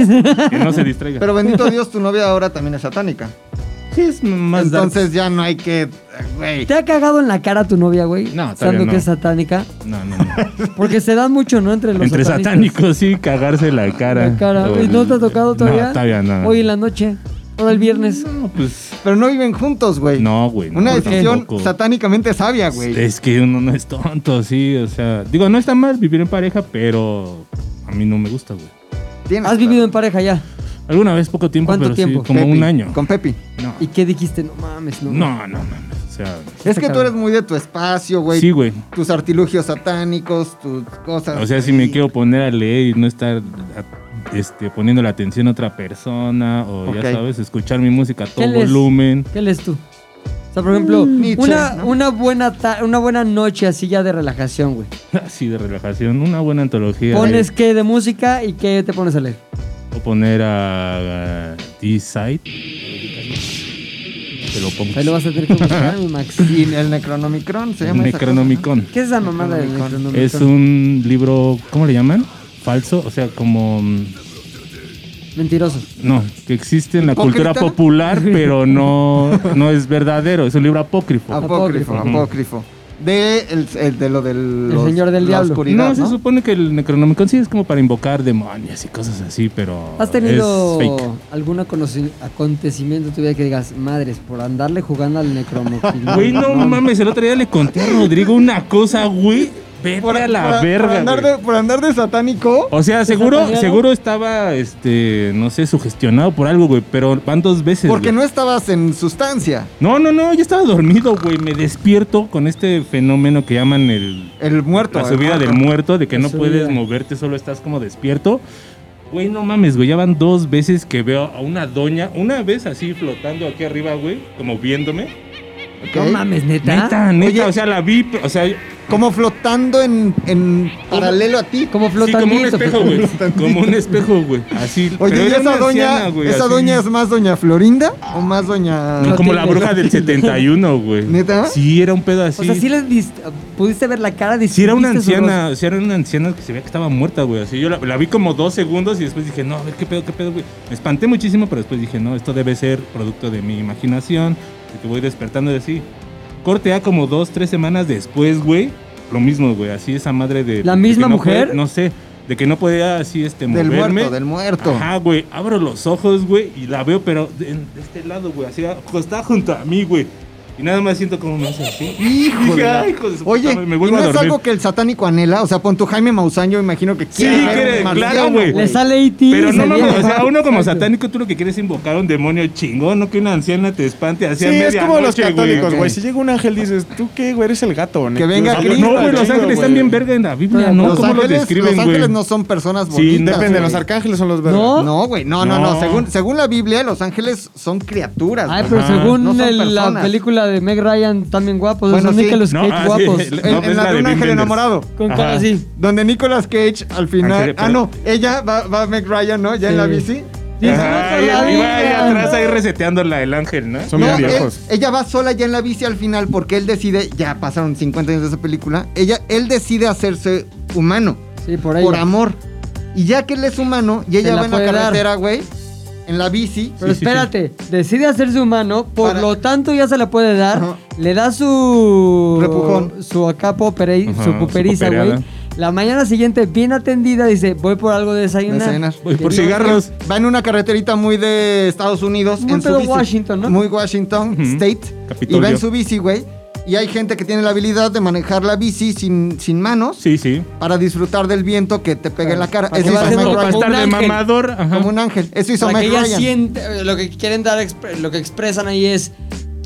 que no se distraiga.
pero bendito Dios, tu novia ahora también es satánica.
sí es más
Entonces ya no hay que. eh, Güey.
¿Te ha cagado en la cara tu novia, güey?
No, todavía
Sabiendo
no.
que es satánica.
dark. No,
*laughs*
no, no.
Porque se dan mucho, ¿no? Entre los
Entre
satanistas.
satánicos, sí, cagarse la cara.
La cara.
O
¿Y no te ha
el-
tocado todavía?
No, todavía nada.
Hoy en la noche, ahora el viernes.
No, pues.
Pero no viven juntos, güey.
No, güey. no,
Una decisión
tampoco.
satánicamente sabia, güey.
Es que uno no es tonto, sí. O sea, digo, no está mal vivir en pareja, pero a mí no me gusta, güey.
Tienes-
Has vivido en pareja ya.
Alguna vez, poco tiempo,
¿Cuánto
pero
tiempo?
sí, como
Pepi,
un año.
Con Pepi.
No,
¿Y qué dijiste? No mames, no.
no, no, no, no. O sea,
Es que tú
cabrón.
eres muy de tu espacio, güey.
sí, güey.
Tus artilugios satánicos, tus cosas.
O sea, si me quiero poner a leer y no estar a- este, poniendo la atención a otra persona, o
Ok.
ya sabes, escuchar mi música a todo
¿Qué lees?
volumen. *laughs*
¿Qué lees tú? O sea, por ejemplo,
Nietzsche,
una,
¿no?
una, buena ta- una buena noche así ya de relajación, güey.
Así de relajación, una buena antología.
¿Pones qué de música y qué te pones a leer?
O poner a, a D-Side. Te lo pongo.
Ahí lo vas a tener que buscar, mi
*laughs*
Max.
Y el Necronomicron se llama. esa cosa, ¿no?
Necronomicon.
¿Qué es esa mamada del Necronomicon?
Es un libro, ¿cómo le llaman? Falso, o sea, como... mm,
Mentiroso.
No, que existe en la
¿Hipócrita?
cultura
*laughs*
popular, pero no, no es verdadero, es un libro apócrifo.
Apócrifo,
Ujú.
apócrifo. De, el, el- de lo del.
El señor del
la
diablo.
oscuridad,
No, se
¿no?
supone que el Necronomicon sí es como para invocar demonios y cosas así, pero
¿Has
es fake.
tenido algún aconoci- acontecimiento en tu vida que digas, madres, por andarle jugando al Necronomicon?
Güey,
*laughs*
no mames, el otro día le conté a Rodrigo una cosa, güey. Vete a la verga,
por andar,
güey.
de, por andar de satánico.
O sea, seguro, seguro estaba, este, no sé, sugestionado por algo, güey, pero van dos veces.
Porque
güey.
no estabas en sustancia.
No, no, no, yo estaba dormido, güey. Me despierto con este fenómeno que llaman el,
El muerto.
la
el
subida del
muerto.
muerto, de que
La
no puedes
subida.
moverte, solo estás como despierto. Güey, no mames, güey. Ya van dos veces que veo a una doña, una vez así flotando aquí arriba, güey, como viéndome.
No
Ok.
mames, neta.
Neta, neta,
Oye.
o sea, la vi, o sea,
Como flotando en, en paralelo a ti.
Como
sí, como un
flotandito.
espejo, güey.
*laughs*
Como un espejo, güey. Así. pero
Oye, ¿y
era
esa
una
doña,
anciana, güey,
esa
así.
doña es más doña Florinda o más doña.
No, como la bruja
*laughs*
del 71, güey.
¿Neta?
Sí, era un pedo así.
O sea, sí le dist- pudiste ver la cara de
Sí, era una anciana, sí, era una anciana que se veía que estaba muerta, güey. Así yo la, la vi como dos segundos y después dije, no, a ver qué pedo, qué pedo, güey. Me espanté muchísimo, pero después dije, no, esto debe ser producto de mi imaginación, de que voy despertando de así. Corte a como dos, tres semanas después, güey. Lo mismo, güey, así esa madre de.
¿La
de
misma
que no
mujer?
podía- no sé, de que no podía así, este,
Del
moverme.
muerto, del muerto.
Ajá, güey. Abro los ojos, güey, y la veo, pero de, de este lado, güey. Así, está junto a mí, güey. Y nada más siento como me hace así.
Hijo de
Dije,
la-
"Ay, hijo de su puta
Oye,
madre, me
¿y
vuelvo
no
a
es
dormir.
algo que el satánico anhela? O sea, pon tu Jaime Maussan, yo imagino que
Sí,
quiere ver
quiere,
un marciano,
claro, güey.
Le sale E IT.
Pero no mames, o sea, uno
satánico
como satánico, tú lo que quieres es invocar a un demonio chingón, no que una anciana te espante así
Sí,
a
es
media
como los
noche,
católicos, güey.
güey. Ah,
Si llega un ángel, dices, ¿tú qué, güey? Eres el gato.
Que venga
No,
Cristo,
güey, los
chingo,
ángeles están bien verga en la Biblia, ¿no?
Los
¿Cómo los
ángeles,
describen,
los
güey?
ángeles no son personas
Sí,
bonitas.
Depende,
güey.
los arcángeles son los verdes.
No.
No, güey, no, no, no.
No.
Según, según la Biblia, los ángeles son criaturas.
Ay,
güey.
pero
Ajá.
según
No son
el- la
personas.
película de Meg Ryan, también guapos.
Bueno,
Bueno, son
sí.
Nicolas
No,
Cage
ah, sí.
guapos.
Le-
En,
No,
en
ves
la
la de
de un
Wim
ángel
Wenders.
enamorado.
Con
Ajá.
cara así.
Donde Nicolas Cage al
Ah,
final.
sí,
Ah,
pero-
no, ella va, va Meg Ryan, ¿no? Ya en la
Sí.
bici.
Sí,
Ajá,
sí, con
y
la
ahí va ahí
vida.
atrás ahí reseteándola el ángel, ¿no? eh,
Son
No,
bien
él-
viejos.
ella va sola ya en la bici al final porque él decide, ya pasaron 50 años de esa película, ella, él decide hacerse humano
Sí, por ahí.
por amor. Y ya que él es humano y
Se
ella
la
va en la
puede dar.
carretera, güey, en la bici,
Pero
Sí, sí,
espérate, decide hacerse humano, por
Para-
lo tanto ya se la puede dar.
Ajá.
Le da su.
Repujón.
Su acá poperi-
Ajá,
su
su
puperiza, güey.
popereada.
La mañana siguiente, bien atendida, dice: Voy por algo de desayunar.
Desayunar.
Voy por cigarros.
va en una carreterita muy de Estados Unidos.
Muy
en su
pedo
bici.
Washington, ¿no?
Muy Washington
Ujú.
State. Y va
Capitolio.
en su bici, güey. Y hay gente que tiene la habilidad de manejar la bici sin, sin manos
Sí, sí.
para disfrutar del viento que te pega en la cara.
Para
Eso
que
hizo
baje
Meg
como-
Para
Ryan.
como
estar
un
de
ángel.
mamador. Ajá.
Como un ángel. Eso hizo
Para que
Meg
ella
Ryan.
siente, eh, lo que quieren dar, exp- lo que expresan ahí es,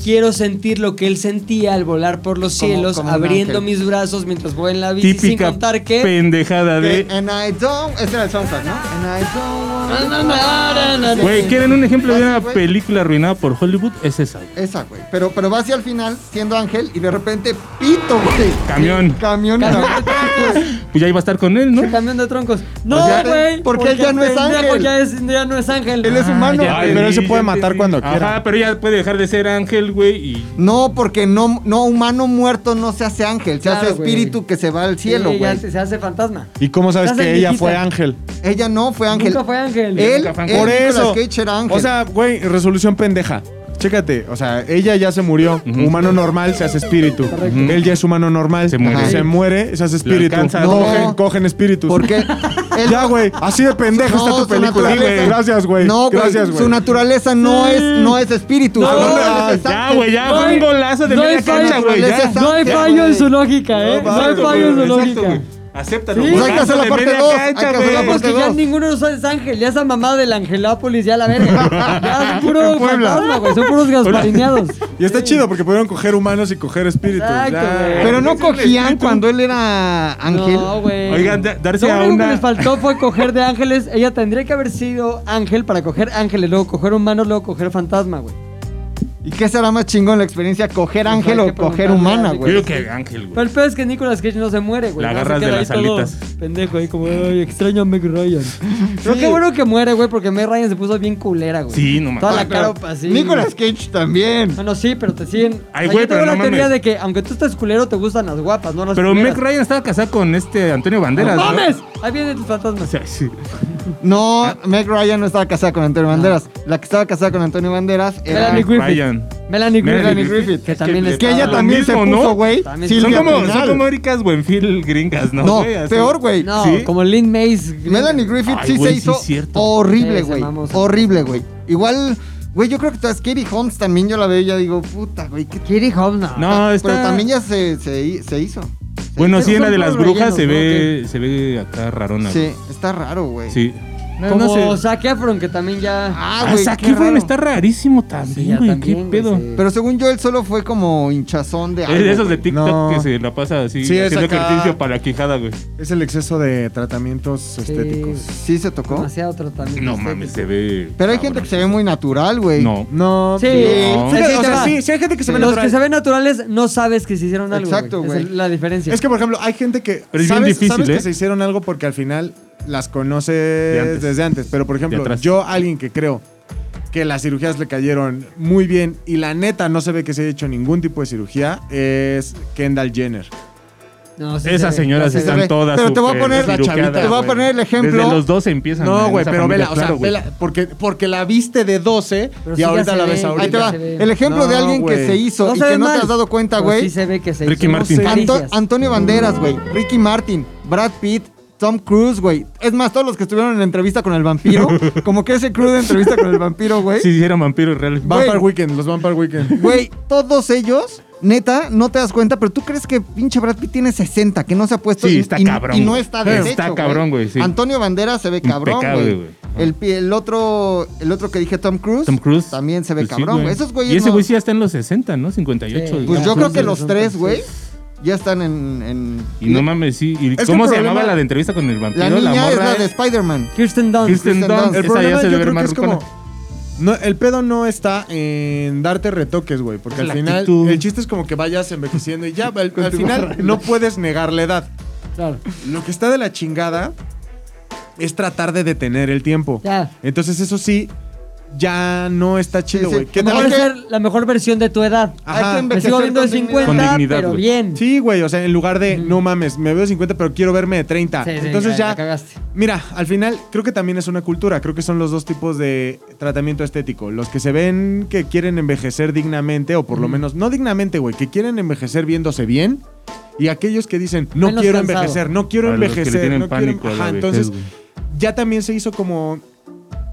quiero sentir lo que él sentía al volar por los
Como-
cielos,
como un
abriendo
ángel.
mis brazos mientras voy en la bici, sin
Típica
contar que...
pendejada
Que-
de...
And I don't. Ese era el soundtrack, ¿no? And I don't.
Na, na, na, na, na.
Güey, ¿quieren un ejemplo de una
Güey.
película arruinada por Hollywood? Es esa. güey.
Esa, güey. Pero, pero va hacia el final siendo ángel y de repente pito, güey.
Camión.
Camión. en la-
Pues ya iba a estar con él, ¿no?
Se cambian de troncos. No,
Pues ya-
güey.
porque él ya no es
el pendejo
ángel.
Ya, es- ya no es ángel.
Él es humano.
ya
Ay,
entendí,
pero él se
ya
puede matar
entendí.
cuando
Ajá,
quiera.
pero ella puede dejar de ser ángel, güey, y
No, porque no, no humano muerto no se hace ángel, se
Claro,
hace espíritu
güey.
que se va al
Sí,
cielo,
ya
güey.
se se hace fantasma.
¿Y cómo sabes
Estás en
que ella
viejita.
fue ángel?
Ella no fue ángel.
Nunca fue ángel.
Él,
Nunca fue ángel.
él
Por eso.
Nicolas Cage era ángel.
O sea, güey, resolución pendeja. Chécate, o sea, ella ya se murió. Humano normal se hace espíritu.
Correcto.
Él ya es humano normal.
Se muere.
Ajá. Se muere, se hace espíritu.
alcanza,
¿no?
cogen, cogen espíritus.
porque él-
Ya, güey. Así de pendeja
No,
está tu
su
película.
naturaleza-
güey. Gracias, güey.
No, güey,
Gracias, güey.
su naturaleza no es no es espíritu.
No,
su
no,
naturaleza es
Ya,
ángel.
Ah, güey, ya
No
fue
hay-
un golazo de
no hay
media cancha,
fallo.
güey. ya.
Naturaleza
No hay
ángel,
fallo en
güey.
su lógica, ¿eh? No hay
Exacto,
fallo en su
güey, exacto,
lógica.
güey. Acéptalo.
Sí.
golazo
Pues hay que hacer la
de
parte
media
dos,
cancha,
hay que hacer la
güey.
parte
Porque ya
dos.
ninguno de nosotros es ángel, ya esa mamada del Angelápolis, ya la verga.
*laughs*
Ya es puro fantasma, güey. Son puros gasparineados.
*laughs*
Y está chido porque pudieron coger humanos y coger espíritus.
Exacto,
Ya.
güey.
Pero no
Es un
cogían
espíritu.
cuando él era ángel.
No, güey.
Oigan, da- darse
Lo
a
único
una-
que les faltó fue coger de ángeles. Ella tendría que haber sido ángel para coger ángeles, luego coger humanos, luego coger fantasma, güey.
¿Y qué será más chingón la experiencia coger
Pues hay
ángel
que
o coger
preguntarle
humana,
a-
Yo
güey?
Creo que ángel,
Pero
güey.
el peor es que Nicolas Cage no se muere, güey.
La
No, se
agarras
queda
de
ahí
las
todo
alitas.
Pendejo, ahí como, ay, extraño a Meg
*laughs*
Ryan. Pero qué bueno que muere, güey, porque Meg Ryan se puso bien culera, güey.
Sí, no mames.
Toda la
Ah, pero
cara
pues
así.
Nicolas Cage también.
Bueno, sí, pero te siguen.
Ay,
O sea,
güey,
yo tengo
pero
la
no
teoría
mames.
de que aunque tú estés culero, te gustan las guapas, no las
Pero
culeras.
Meg Ryan estaba casada con este Antonio Banderas.
¡No
¿no?
mames! Ahí vienen tus fantasmas.
O sea, *laughs* sí.
No,
Ah.
Meg Ryan no estaba casada con Antonio Banderas. La que estaba casada con Antonio Banderas era
Melanie Griffith.
Ryan.
Melanie Griffith.
Melanie Griffith.
Que también
Es
Es que ella
estaba-
también se
mismo,
puso,
¿no?
güey.
También
Silvia
Son como, son
Pinal.
como Ericas Buenfil gringas, ¿no?
No,
güey? Así.
peor, güey.
No,
¿Sí?
como Lynn Mays. gringa.
Melanie Griffith
Ay,
sí
güey,
se
sí
hizo
es cierto.
horrible,
Sí, se
güey.
mamó, se mamó.
horrible, güey. Igual, güey, yo creo que todas Katie Holmes también yo la veo y ya digo, puta, güey. qué-
Katie Holmes, no.
No, Ah, está...
Pero también ya se, se, hi- se hizo. Se
Bueno,
hizo.
sí, en la
son
de las
puros
brujas se ve,
rellenos,
se ve acá rarona.
Sí, está raro,
güey.
güey.
Sí. No,
Como
no sé.
Zac Efron, que también ya.
Ah,
Ah,
güey.
Zac
qué
Efron
raro.
está rarísimo
Sí, ya
también, güey. ¿Qué
también, güey,
pedo?
sí.
Pero según yo, él solo fue como hinchazón de
Es
algo.
de esos
güey.
de TikTok
No.
que se la pasa así,
Sí, es
haciendo
acá.
ejercicio para la quijada, güey.
Es el exceso de tratamientos estéticos.
Sí se
Ah,
tocó.
Demasiado tratamiento.
No
estético.
mames, se ve.
Pero hay gente que se ve muy natural, güey.
Ah, No.
No.
Sí,
No.
o sea, sí
o
te
sea,
va.
sí, sí hay gente que se ve
Los
natural.
que se ven naturales no sabes que se hicieron algo.
Exacto,
Exacto,
güey.
güey. Esa Es la diferencia.
Es que, por ejemplo, hay gente que.
Pero es bien
sabes,
difícil,
sabes
¿eh?
que se hicieron algo porque al final las conoces
antes.
desde antes. Pero, por
De
ejemplo,
atrás.
yo, alguien que creo que las cirugías le cayeron muy bien y la neta no se ve que se haya hecho ningún tipo de cirugía, es Kendall Jenner.
No, sí
Esas
se ve,
señoras
no se ve.
están
ve.
todas.
Pero te voy a
súper
poner-
La
cirujadas,
chavita,
Te voy a
güey.
poner el ejemplo.
Desde los 12 empiezan.
No,
en
güey,
esa
pero
familia,
vela, o sea,
claro, güey.
vela, porque, porque la viste de 12
Pero
y
sí ya
ahorita
se
la
ve,
ves
güey,
ahorita.
Ahí te va.
se ve.
El ejemplo de
No,
alguien que
güey.
se hizo
No
y
se
que
ve
no
mal,
te has dado cuenta,
pero
güey.
Sí se ve que se
Ricky
hizo.
Martin.
Caricias.
Anto- Antonio Banderas, güey. Ricky Martin, Brad Pitt, Tom Cruise, güey. Es más, todos los que estuvieron en la entrevista con
*laughs*
el vampiro, como que ese crew de entrevista con el vampiro, güey.
Si hicieran vampiros reales.
Va-
Vampire
Güey.
Weekend, los Vampire Weekend.
Güey, *laughs* todos ellos, neta, no te das cuenta, pero tú crees que pinche Brad Pitt tiene 60, que no se ha puesto
Sí,
y-
está
y,
cabrón,
y no
güey.
está
Está
deshecho.
cabrón, güey, sí.
Antonio Bandera se ve cabrón,
Impecable,
güey.
güey. Ajá.
El, pi- el otro el otro que dije Tom Cruise,
Tom Cruise.
también se ve
Pues sí,
cabrón, güey. Esos güeyes
Y ese
no-
güey sí ya está en los 60, ¿no? 58.
Sí.
pues
digamos.
yo
Tom
creo que
Cruise
los
son
tres,
tan-
güey, ya están en, en-
Y no mames, sí. ¿Y
que
¿Cómo
el
se
problema-
llamaba la de entrevista con el vampiro?
La niña es
morra eh.
la de Spider-Man.
Kirsten Dunst.
Kristen
Kristen Dunst.
Dunst.
*laughs* El
Esa ya
problema
se
yo
debe ver
creo que
más
es como... No, el pedo no está en darte retoques, güey, porque al
La
final
actitud.
el chiste es como que vayas envejeciendo y ya, al, al final no puedes negar la edad.
Claro.
Lo que está de la chingada es tratar de detener el tiempo.
Ya.
Entonces eso sí, ya no está chido,
sí.
güey. ¿Qué
No,
tal?
Mejor
que-
ser la mejor versión de tu edad.
Ajá.
Hay que
Me sigo
envejecer
viendo de
con
50,
dignidad.
Con dignidad,
pero
güey.
bien.
Sí, güey, o sea, en lugar de, no mames, me veo de 50, pero quiero verme de 30.
Sí, sí,
Entonces
ya,
ya,
la cagaste.
mira, al final creo que también es una cultura, creo que son los dos tipos de tratamiento estético, los que se ven que quieren envejecer dignamente, o por lo menos, no dignamente, güey, que quieren envejecer viéndose bien, y aquellos que dicen, no
Menos
quiero
cansado.
envejecer, no quiero
A los que le
envejecer,
tienen
no quiero...
pánico a la
Ajá,
vejez,
entonces
güey.
ya también se hizo como...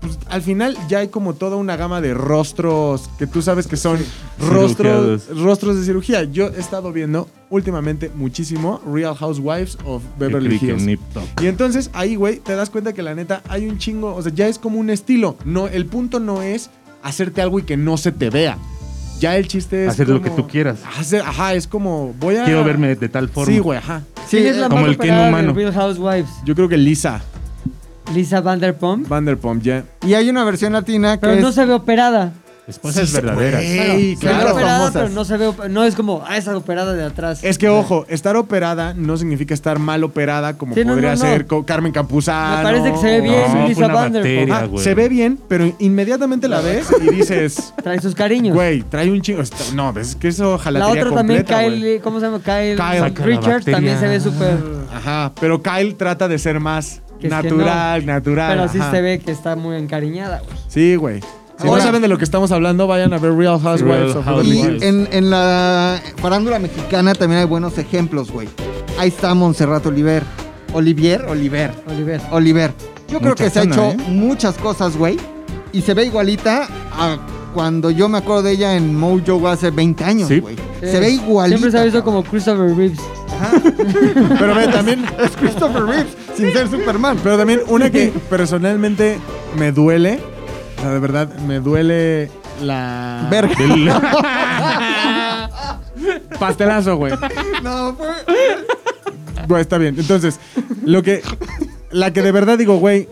pues, al final ya hay como toda una gama de rostros que tú sabes que son rostros,
Cirugiados.
rostros de cirugía. Yo he estado viendo últimamente muchísimo Real Housewives of Beverly
Yo creí que
Hills.
Nip Tuck.
Y entonces ahí, güey, te das cuenta que la neta hay un chingo, o sea, ya es como un estilo. No, el punto no es hacerte algo y que no se te vea. Ya el chiste es
Hacer lo que
como-
tú quieras.
Hacer- ajá, es como voy a
Quiero verme de tal forma.
Sí, güey, ajá.
Sí,
¿Quién es la
Como
más
el Ken
operada de
humano.
Real Housewives?
Yo creo que Lisa
Lisa Vanderpump.
Vanderpump ya.
y hay una versión latina que
Pero
es
no se ve operada. Pues
Esposa es verdadera.
Ey,
Se ve
claro.
operada, pero
Famosas.
no se ve. op- No es como, ah, esa operada de atrás.
Es que, ojo, estar operada no significa estar mal operada como
Sí, no,
podría
no, no.
ser co- Carmen Campuzano.
Me parece que se ve bien
No, fue
Lisa
una
Vanderpump.
bacteria.
Ah,
güey.
se ve bien, pero inmediatamente la ves y dices,
Ah, trae sus cariños.
güey, trae un chingo. Está- No, es que eso ojalá
la otra también,
completa,
Kyle.
güey.
¿Cómo se llama? Kyle,
Kyle.
Saca la
Richards
bacteria.
también se ve súper.
Ajá, pero Kyle trata de ser más
que es que
natural,
no.
natural.
Pero sí
ajá.
se ve que está muy encariñada, güey.
Sí, güey. Si
Ahora-
no saben de lo que estamos hablando, vayan a ver Real Housewives
Real
of
Housewives.
Beverly
Y
Hills.
en, en la farándula mexicana también hay buenos ejemplos, güey. Ahí está Montserrat Oliver. Olivier, Oliver.
Oliver.
Oliver. Yo creo que se ha hecho
Muchachona, ¿eh?
muchas cosas, güey. Y se ve igualita a cuando yo me acuerdo de ella en Mojo hace 20 años,
Sí.
güey. Se ve
Sí.
igualita.
Eh, Siempre se ha visto como Christopher Reeves.
Pero ve,
*laughs*
también,
*laughs* Es Christopher Reeves, sin ser Superman.
pero también una que personalmente me duele. O sea, de verdad, me duele la.
Verga.
*laughs* *laughs*
Pastelazo, güey.
No, fue-
Güey, está bien. Entonces, lo que. La que de verdad digo, güey.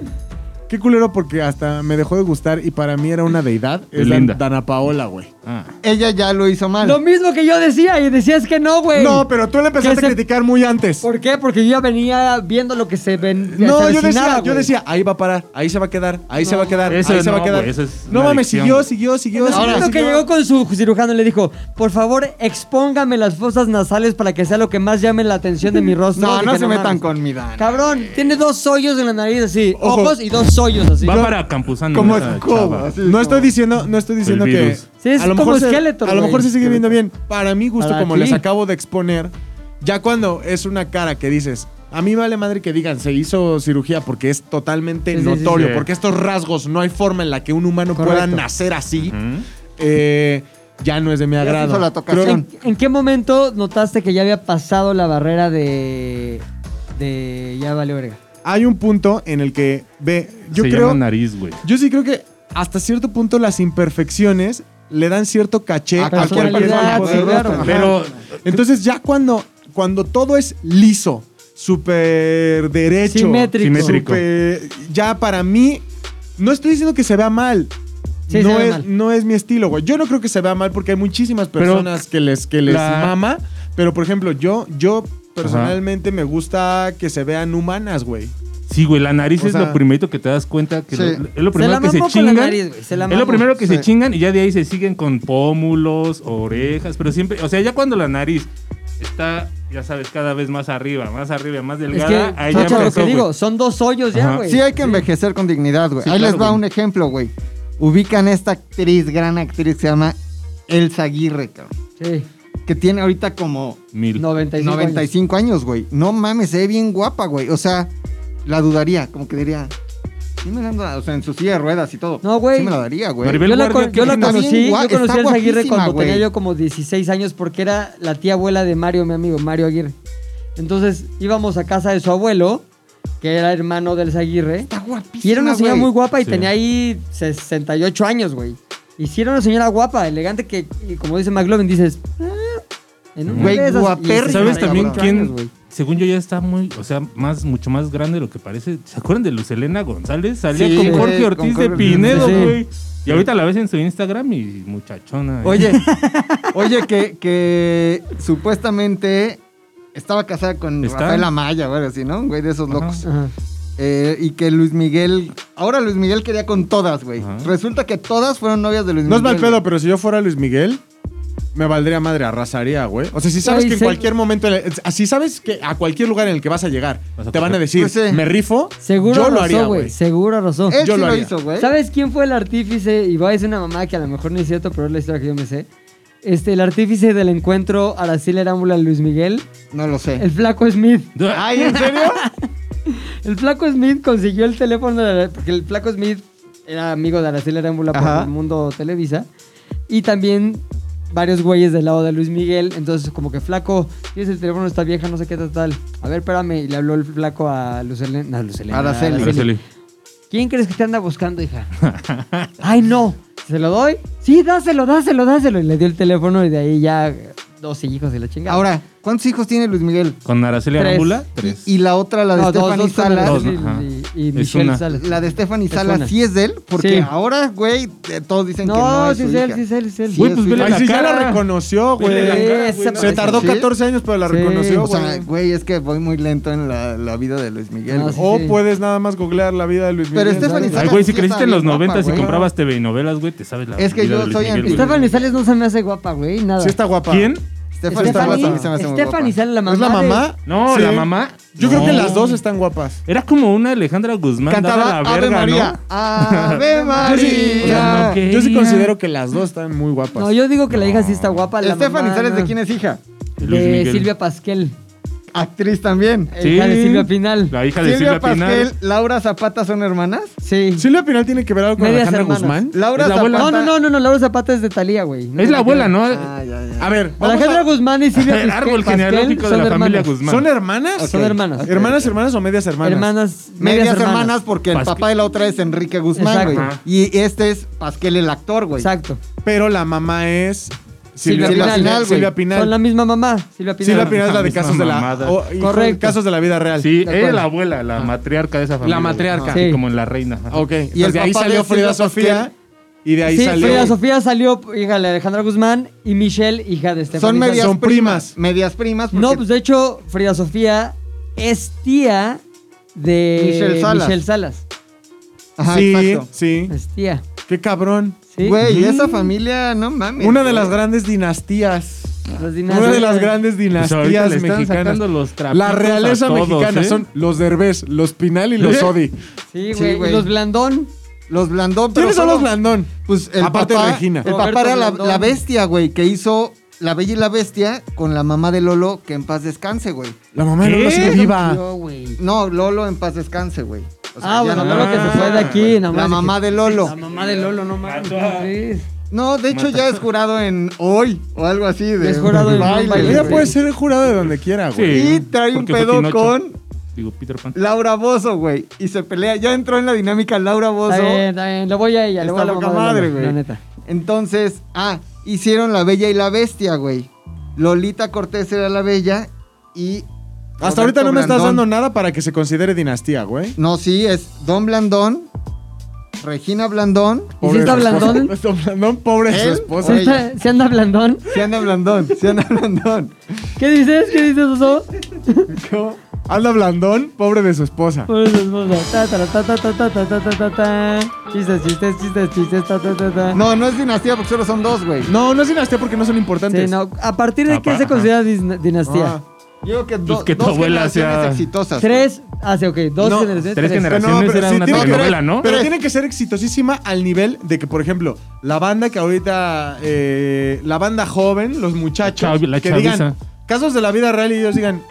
Qué culero porque hasta me dejó de gustar y para mí era una deidad. Es Dan-
Linda.
Dana Paola, güey.
Ah.
Ella ya lo hizo mal.
Lo mismo que yo decía y decías que no, güey.
Ah. No, pero tú la empezaste
Que
a
se-
criticar muy antes.
¿Por qué? Porque yo ya venía viendo lo que se ven.
No,
se
yo
avecinaba,
decía, yo
güey.
decía, ahí va a parar, ahí se va a quedar, ahí se va a quedar, ahí
Eso
se va a
no,
quedar.
güey, eso es
no
una
mames,
adicción,
siguió,
güey.
siguió, siguió,
Yo
siguió.
siento que
siguió.
llegó con su cirujano y le dijo, por favor, expóngame las fosas nasales para que sea lo que más llame la atención de mi rostro.
no,
Dije,
no se metan
mames.
con mi Dan.
Cabrón, tiene dos hoyos en la nariz así,
Ojo.
ojos y dos hoyos así.
Va para Campuzano.
Como
esa
escoba,
Mm, ah, chava.
así.
No estoy diciendo, no estoy diciendo
El
que.
virus.
Sí, es
a lo
como
mejor se-
Skeletor,
A lo
güey.
mejor se sigue viendo bien. Para mí, gusto,
Para
como
ti.
les acabo de exponer, ya cuando es una cara que dices. A mí vale madre que digan, se hizo cirugía porque es totalmente
Sí, sí, sí,
notorio,
sí.
porque estos rasgos no hay forma en la que un humano pueda
Correcto.
nacer así.
Ujú.
eh, ya no es de mi
se
agrado.
hizo la tocación.
¿En, en qué momento notaste que ya había pasado la barrera de... de... ya vale verga?
hay un punto en el que ve, yo
se
creo,
llama nariz, güey.
yo sí creo que hasta cierto punto las imperfecciones le dan cierto caché a cualquier
Personalidad, Ah,
persona.
sí, claro.
Ajá.
Pero
entonces ya cuando cuando todo es liso, súper derecho,
Simétrico.
Simétrico.
súper- ya para mí no estoy diciendo que se vea mal.
Sí,
no,
se ve
es,
mal.
no es mi estilo, güey. Yo no creo que se vea mal porque hay muchísimas
Pero
personas que les, que les
la-
mama. Pero, por ejemplo, yo, yo personalmente me gusta que se vean humanas, güey.
sí, güey, la nariz
O
es
sea-
lo primerito que te das cuenta que
Sí.
lo- es
Se
lo primero
la
que se
mamó con la
chingan.
nariz, güey, se la
es
mamó.
lo primero que
Sí.
se chingan y ya de ahí se siguen con pómulos, orejas, pero siempre, o sea, ya cuando la nariz está, ya sabes, cada vez más arriba, más arriba, más
Es
delgada,
que,
ahí ya
Chacha, lo
empezó,
que
güey.
digo, son dos hoyos ya,
Ajá.
güey.
Sí hay que envejecer con dignidad, güey.
Sí,
Ahí
claro,
les va
güey.
un ejemplo, güey. Ubican a esta actriz, gran actriz, que se llama Elsa Aguirre, cabrón,
Sí,
que tiene ahorita como
Mil.
95 años.
95 años, güey. No mames, se ve bien guapa, güey. O sea, la dudaría, como que diría. Sí me la han dado, o sea, en su silla de ruedas y todo.
No, güey.
Sí me la daría, güey.
Maribel
Yo la,
Guardia,
con-
¿qué
yo la
tiene?
Está bien
conocí,
guau-
yo conocí a
está
Elsa Aguirre cuando
guapísima,
tenía
güey.
yo como 16 años porque era la tía abuela de Mario, mi amigo, Mario Aguirre. Entonces íbamos a casa de su abuelo, que era hermano del Elsa Aguirre.
Está guapísima,
Y era una señora
güey.
muy guapa y
Sí.
tenía ahí 68 años, güey. Y sí era una señora guapa, elegante que, y como dice McLovin, dices... "Ah, en una
Güey,
de esas", y
guapérrima,
¿Sabes
¿Sabes
también
68
quién?
años, güey.
según yo ya está muy, o sea, más, mucho más grande de lo que parece. ¿Se acuerdan de Lucelena González? Salía
Sí,
con
güey,
Jorge
con
Ortiz
Jorge
de
Ortiz,
Pinedo,
sí.
güey. Y ahorita la ves en su Instagram y muchachona. eh. *laughs*
Oye, oye, que, que supuestamente estaba casada con
Está.
Rafael Amaya o algo así, ¿no? Un Güey, de esos
Ajá.
locos.
Ajá.
Eh, y que Luis Miguel. Ahora Luis Miguel quería con todas, güey.
Ajá.
Resulta que todas fueron novias de Luis
No es
Miguel.
mal
güey.
pedo, pero si yo fuera Luis Miguel, me valdría madre, arrasaría, güey. O sea, si sabes
Güey,
que en
se-
cualquier momento, en el- así sabes que a cualquier lugar en el que vas a llegar,
Vas a
te van a
coger.
decir,
Pues sí.
me rifo,
Seguro
yo lo
arrasó,
haría,
güey.
güey.
Seguro arrasó.
Él
Yo
sí
lo
lo,
haría.
hizo, güey.
¿Sabes quién fue el artífice? Y voy a decir una mamá que a lo mejor no es cierto, pero es la historia que yo me sé. Este, el artífice del encuentro Araceli Arámbula Luis Miguel,
No lo sé.
el flaco Smith.
Ay, ¿en serio?
El flaco Smith consiguió el teléfono de Ara- porque el flaco Smith era amigo de Araceli Arámbula por
Ajá.
el mundo Televisa y también varios güeyes del lado de Luis Miguel, entonces como que flaco, tienes el teléfono de esta vieja, no sé qué tal, tal. A ver, espérame, y le habló el flaco a Lucelena, no, Lucelena,
Araceli.
Araceli.
¿Quién crees que te anda buscando, hija? *laughs* Ay, no. ¿Se lo doy? Sí, dáselo, dáselo, dáselo. Y le dio el teléfono y de ahí ya 12 hijos de la chingada.
Ahora, ¿cuántos hijos tiene Luis Miguel?
Con Araceli
Tres.
Arámbula,
Y,
tres.
y la otra, la de
No, dos,
Stephanie
dos con
Salas.
Dos,
Araceli
¿no? Ajá.
y, y
Es
Michelle
una.
Salas.
La de Stephanie
Es
Salas
una.
sí es de él, porque
Sí.
ahora, güey, eh, todos dicen que no
No,
es
sí
su
es él,
hija.
sí es él, sí es él.
Güey, pues
sí,
vele
Ay,
la
sí, ya
cara.
la reconoció,
Vele la cara,
güey.
güey,
Esa
no
Se
mames.
tardó
¿Sí?
14 años, pero la
Sí,
reconoció,
O sea,
güey.
güey, es que voy muy lento en la, la vida de Luis Miguel.
No,
güey.
sí.
O puedes nada más googlear la vida de Luis Miguel.
Pero Stephanie
Ay,
Salas.
Ay, güey,
sí
si creciste
está
en los
bien guapa,
noventas y
güey.
comprabas TV y novelas, güey, te sabes la
Es que
vida
yo
de Luis
soy
Miguel, güey.
Stephanie Sales no se me hace guapa, güey, nada.
Sí está guapa.
¿Quién?
Stephanie Salas a mí se me hace muy
Stephanie
guapa.
Salas, la mamá.
¿Es la
de-
mamá?
No,
Sí.
la mamá.
Yo
No.
creo que las dos están guapas.
Era como una Alejandra Guzmán dada a
Cantaba
la
Ave
verga,
María.
*laughs*
Ave
O sea, no,
María.
¿qué?
Yo sí considero que las dos están muy guapas.
No, yo digo que la hija sí está guapa. La
Stephanie
mamá,
Salas, ¿de
no.
quién es hija?
¿no? Luis
De
Miguel.
Silvia Pasquel.
Actriz también.
Sí.
Hija de Eh, Silvia Pinal.
La hija de
Silvia,
Silvia,
Pasquel,
Pinal.
Laura Zapata son hermanas.
Sí.
Silvia Pinal tiene que ver algo con
Medias
Alejandra
hermanas.
Guzmán.
Laura
Es la abuela.
Zapata.
No, no, no, no, no, Laura Zapata es de Talía, güey.
Es la abuela, ¿no?
Ah, ya, ya.
A ver, vamos
Alejandra
a-
Guzmán y Silvia
*laughs* El
Pasquel-
árbol
Pasquel
genealógico de
son
la familia
hermanas.
Guzmán.
¿Son hermanas?
Son hermanas.
Ok. ¿Hermanas, hermanas o medias hermanas?
Hermanas.
Medias, hermanas, porque el
Pasquel.
papá de la otra es Enrique Guzmán,
Exacto.
güey.
Ajá.
Y este es Pasquel el actor, güey.
Exacto.
Pero la mamá es.
Silvia
Silvia
Pinal,
Pinal.
güey.
Silvia Pinal.
Son la misma mamá, Silvia Pinal.
Silvia Pinal es la de
Misma
casos de la.
mamada.
o- hijo,
Correcto.
Casos de la vida real.
Sí,
De
ella
acuerdo.
la abuela, la matriarca de esa familia.
La matriarca.
güey. Así
Sí.
como en La Reina. ajá.
Ok.
Y
Y
el
de ahí
papá de
salió Frida
Silvia
Sofía. Y de ahí
sí,
salió.
Frida Sofía salió, hija de Alejandra Guzmán, y Michelle, hija de Stephanie.
Son
Salas.
medias
Son primas.
primas. Medias primas.
No,
porque-
pues de hecho, Frida Sofía es tía de
Michelle Salas.
Michelle Salas.
Ajá,
sí,
exacto.
sí.
Es tía.
Qué cabrón.
Sí.
Güey, esa familia, no mames.
Una de
güey.
las grandes dinastías.
Las
Una de las
dinastías.
grandes
Pues ahorita
dinastías
le están
mexicanas.
sacando los trapitos
La realeza
a todos,
mexicana
¿eh?
son los Derbez, los Pinal y los
¿Eh?
Odi.
Sí,
Sí,
güey.
güey.
y los Blandón.
Los Blandón. pero
¿Quiénes son
solo-
los Blandón?
Pues el
Aparte de
papá,
Regina.
El papá
Roberto
era la,
Blandón.
la bestia, güey, que hizo La Bella y la Bestia con la mamá de Lolo, que en paz descanse, güey.
La mamá de Lolo
¿Qué?
sigue viva.
Yo, güey.
No, Lolo en paz descanse, güey. O sea,
ah,
ya
bueno,
no-
no lo que se fue de aquí. nada más
La
de
mamá
que-
de Lolo.
La mamá de Lolo, no mames.
Mató a-
¿cómo crees?
No, de hecho ya es jurado en hoy o algo así. De
Es jurado en
baile,
un baile,
güey.
Ella puede ser el jurado de donde quiera, güey.
Sí, Pues,
Y trae un
porque fue
pedo
Pinocho.
con
Digo, Peter Pan.
Laura Bozo, güey. Y se pelea. Ya entró en la dinámica Laura Bozo.
Está bien, está bien. Le voy a ella, le voy
Está
a la
poca
mamá de
madre,
Lolo,
güey.
La neta.
Entonces, ah, hicieron La Bella y la Bestia, güey. Lolita Cortés era la Bella y. Roberto
Hasta ahorita no me estás
Blandón.
dando nada para que se considere dinastía, güey.
No, sí, es Don Blandón, Regina Blandón.
¿Y si
Pobre
está
de su esposa. *laughs*
Blandón?
Está Blandón, pobre de su
¿Él?
esposa.
¿Se, está- se anda Blandón?
Sí anda Blandón, sí anda Blandón.
¿Qué dices? ¿Qué dices, Oso?
Anda Blandón, pobre de su esposa.
Por eso es moda. Ta, ta, ta, ta, ta, ta, ta, ta, ta, ta. Chistes, chistes, chistes, chistes, ta, ta, ta, ta.
No, no es dinastía porque solo son dos, güey.
No, no es dinastía porque no son
Sí,
importantes.
no. ¿A partir de
Apa,
qué se
ajá.
considera dis- dinastía?
Ah.
Yo creo que, do-
Pues que tu
dos
abuela sea-
generaciones exitosas.
Tres. Ah, sí, ok. Dos
No,
generaciones.
Tres generaciones
Pero no, pero
era
sí
una
tiene que-
telenovela, ¿no?
Pero tiene que ser exitosísima al nivel de que, por ejemplo, la banda que ahorita. eh, la banda joven, los muchachos.
La chav- la
que
chaviza.
digan casos de la vida real y ellos digan.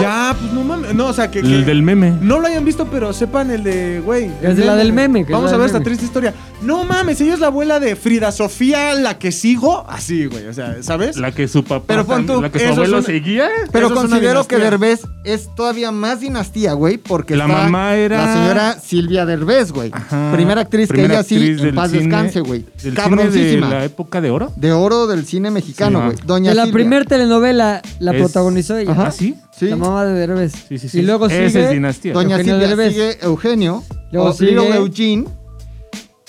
Ya, pues no mames. No, o sea, que. que-
El del meme.
No lo hayan visto, pero sepan el de, güey.
Es de la del meme, que es
Vamos
la
a ver
del
esta
meme.
triste historia. No mames, ella es la abuela de Frida Sofía, la que sigo. Así, güey. O sea, ¿sabes?
La que su papá.
Pero pon
también-
tú,
la que su
eso es
abuelo
una-
seguía.
Pero
Eso es una
considero que
dinastía.
Derbez es todavía más dinastía, güey, porque
La
está
mamá era-
la señora Silvia Derbez, güey.
Ajá.
Primera actriz
Primera
que ella
actriz
sí, en
del
paz
cine-
descanse, güey.
del cine de
Cabroncísima.
la
De,
época de oro.
oro del cine mexicano,
Sí,
güey.
ah.
Doña
De la
Silvia.
primera telenovela la
Es-
protagonizó ella.
Ajá. ¿Ah, sí?
Sí.
La mamá de Derbez.
Sí, sí, sí.
Y luego
Esa
sigue
es dinastía.
Doña
Eugenio
Silvia
Derbez.
sigue Eugenio,
Luego
o- Little
sigue-
Eugene,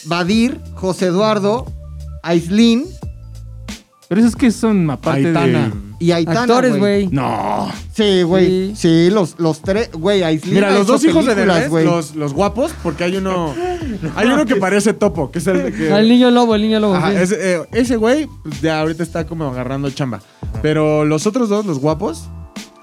Badir, José Eduardo, Aislin
Pero esos que son aparte
Aitana.
de.
y Aitana,
Actores, güey.
No.
Sí, güey.
Sí.
Sí. los, los tres, güey, Aislin
Mira,
ha
los
hecho
dos hijos de
películas,
Derbez,
güey.
los, los guapos, porque hay uno. Hay uno que parece topo, que es el que.
Ah, El niño lobo, el niño lobo.
Ajá,
sí.
ese, eh, ese güey, pues, ya ahorita está como agarrando chamba. Pero los otros dos, los guapos,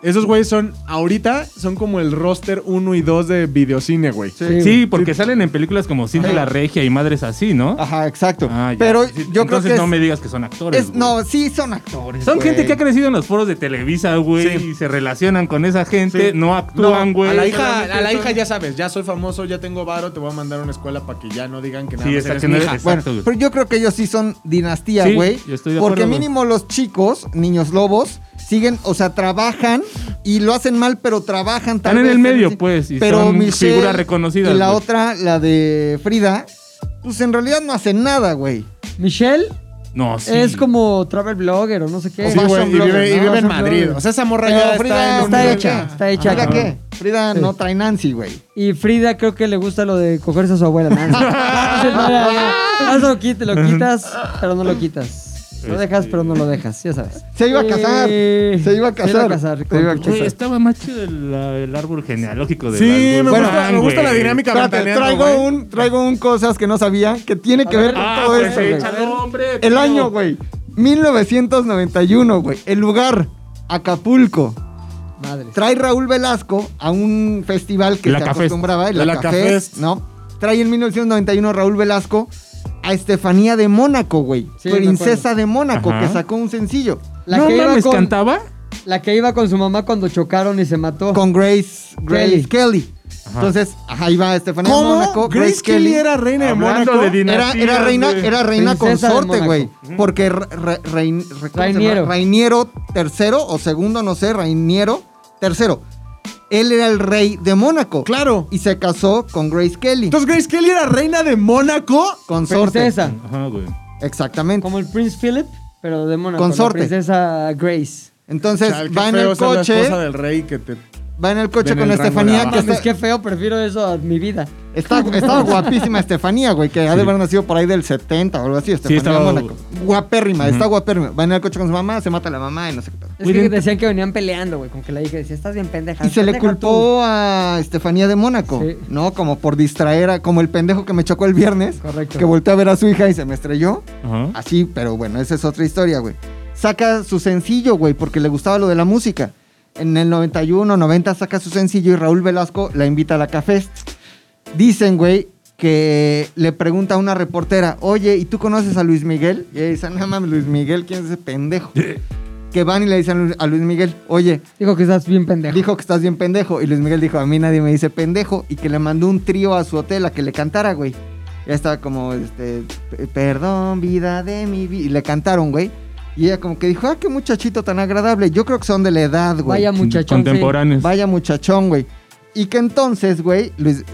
esos güeyes son, ahorita, son como el roster 1 y 2 de videocine, güey.
Sí,
Sí, porque salen en películas como Cindy la Regia y Madres así, ¿no?
Ajá, exacto.
Ah, ya.
Pero
Sí,
yo creo
Entonces
que es-
no me digas que son actores.
es-
güey.
no, sí son actores.
Son
güey.
gente que ha crecido en los foros de Televisa, güey, y se relacionan con esa gente, no actúan, güey.
Pues, a la hija,
solamente
a la
son-
hija ya sabes, ya soy famoso, ya tengo varo, te voy a mandar a una escuela para que ya no digan que nada
Sí,
más
exacto,
eres mi
no-
hija.
Bueno,
exacto, güey.
pero yo creo que ellos sí son dinastía,
Sí,
güey.
yo estoy de
porque
acuerdo, güey.
mínimo los chicos, niños lobos, siguen, o sea, trabajan y lo hacen mal, pero trabajan
Están en el medio, pues, y son figuras reconocidas,
Y la
güey.
otra, la de Frida, pues en realidad no hacen nada, güey.
Michelle
No, sí.
es como travel blogger o no sé
pues,
qué.
Sí, güey,
y vive, y
¿no?
vive en
Son
Madrid.
blogger.
O sea, esa morra
Pero
ya está,
Frida
en un
está
nivel-
hecha, está hecha.
¿Frida
cabrón.
qué? Frida
Sí.
no trae Nancy, güey.
Y Frida creo que le gusta lo de cogerse a su abuela.
*laughs*
¿no? No, no, no. Eso quit- lo quitas, pero no lo quitas. Lo
Este,
dejas, pero no lo dejas, ya sabes.
Se iba a casar,
Eh,
se iba a
Se iba a
casar,
casar.
se
con
iba a
tu
Güey,
chica.
estaba más chido el, el árbol genealógico de
Sí, me gusta, me gusta la dinámica
Espérate,
ventaneando,
traigo
güey.
un, traigo un cosas que no sabía que tiene que
A
ver,
ver,
con
Ah,
todo
pues
esto. güey.
échalo, hombre.
El
tío.
año, güey. 1991, güey. El lugar, Acapulco.
Madre.
Trae Raúl Velasco a un festival que
La
se
Cafest.
acostumbraba, el
La
La Cafest,
Cafest.
¿no? Trae en 1991 Raúl Velasco a Estefanía de Mónaco, güey.
Sí, me
princesa de Mónaco,
Ajá.
que sacó un sencillo.
La,
no
que iba
mames,
con,
cantaba.
la que iba con su mamá cuando chocaron y se mató.
Con Grace, Grace Kelly.
Kelly.
Entonces, ajá, ahí va Estefanía de Mónaco.
¿Cómo? Grace Kelly era reina de
Hablando
Mónaco.
de din-
Era, era
Dinastías,
reina,
güey.
era reina
Princesa de
consorte,
Mónaco.
güey. Porque Ra- Ra- Rein- Ra- ¿cómo se llama?
Rainiero.
Rainiero tercero o segundo, no sé, Rainiero tercero. Él era el rey de Mónaco.
Claro.
Y se casó con Grace Kelly.
Entonces Grace Kelly era reina de Mónaco.
consorte.
princesa.
Ajá, güey.
Exactamente.
Como el Prince Philip, pero de Mónaco.
Consorte.
La princesa Grace.
Entonces
Chal, qué
va en
feo
el
ser la
coche.
esposa del rey que te...
Va en el coche
Ven
con
el rango
Estefanía,
la
que
baja.
Mames,
está,
qué feo, prefiero eso a mi vida.
está-
*laughs*
estaba guapísima Estefanía, güey, que ha de haber nacido por ahí del 70 o algo así. Estefanía
estaba-
Mónaco. Guapérrima, está guapérrima. Va en el coche con su mamá, se mata a la mamá y no sé qué tal.
Es que decían que venían peleando, güey. Como que la hija decía, estás bien pendeja.
Y se le
pendeja tú".
culpó a Estefanía de Mónaco,
Sí.
¿no? Como por distraer a, como el pendejo que me chocó el viernes,
Correcto.
que volteó a ver a su hija y se me estrelló.
Ajá.
Así, pero bueno, esa es otra historia, güey. Saca su sencillo, güey, porque le gustaba lo de la música. En el 91, 90 saca su sencillo y Raúl Velasco la invita a la Cafest. Dicen, güey, que le pregunta a una reportera, oye, ¿y tú conoces a Luis Miguel? Y ella dice, no mames, Luis Miguel, ¿quién es ese pendejo? que van y le dicen a Lu- a Luis Miguel, oye,
Dijo que estás bien pendeja.
Dijo que estás bien pendejo. Y Luis Miguel dijo, a mí nadie me dice pendejo. Y que le mandó un trío a su hotel a que le cantara, güey. Ya estaba como, este, "P- perdón, vida de mi vida. Y le cantaron, güey. Y ella como que dijo, ah, qué muchachito tan agradable. Yo creo que son de la edad, güey.
Vaya muchachón.
Contemporáneos.
Vaya muchachón, güey. Y que entonces, güey, Luis, eh,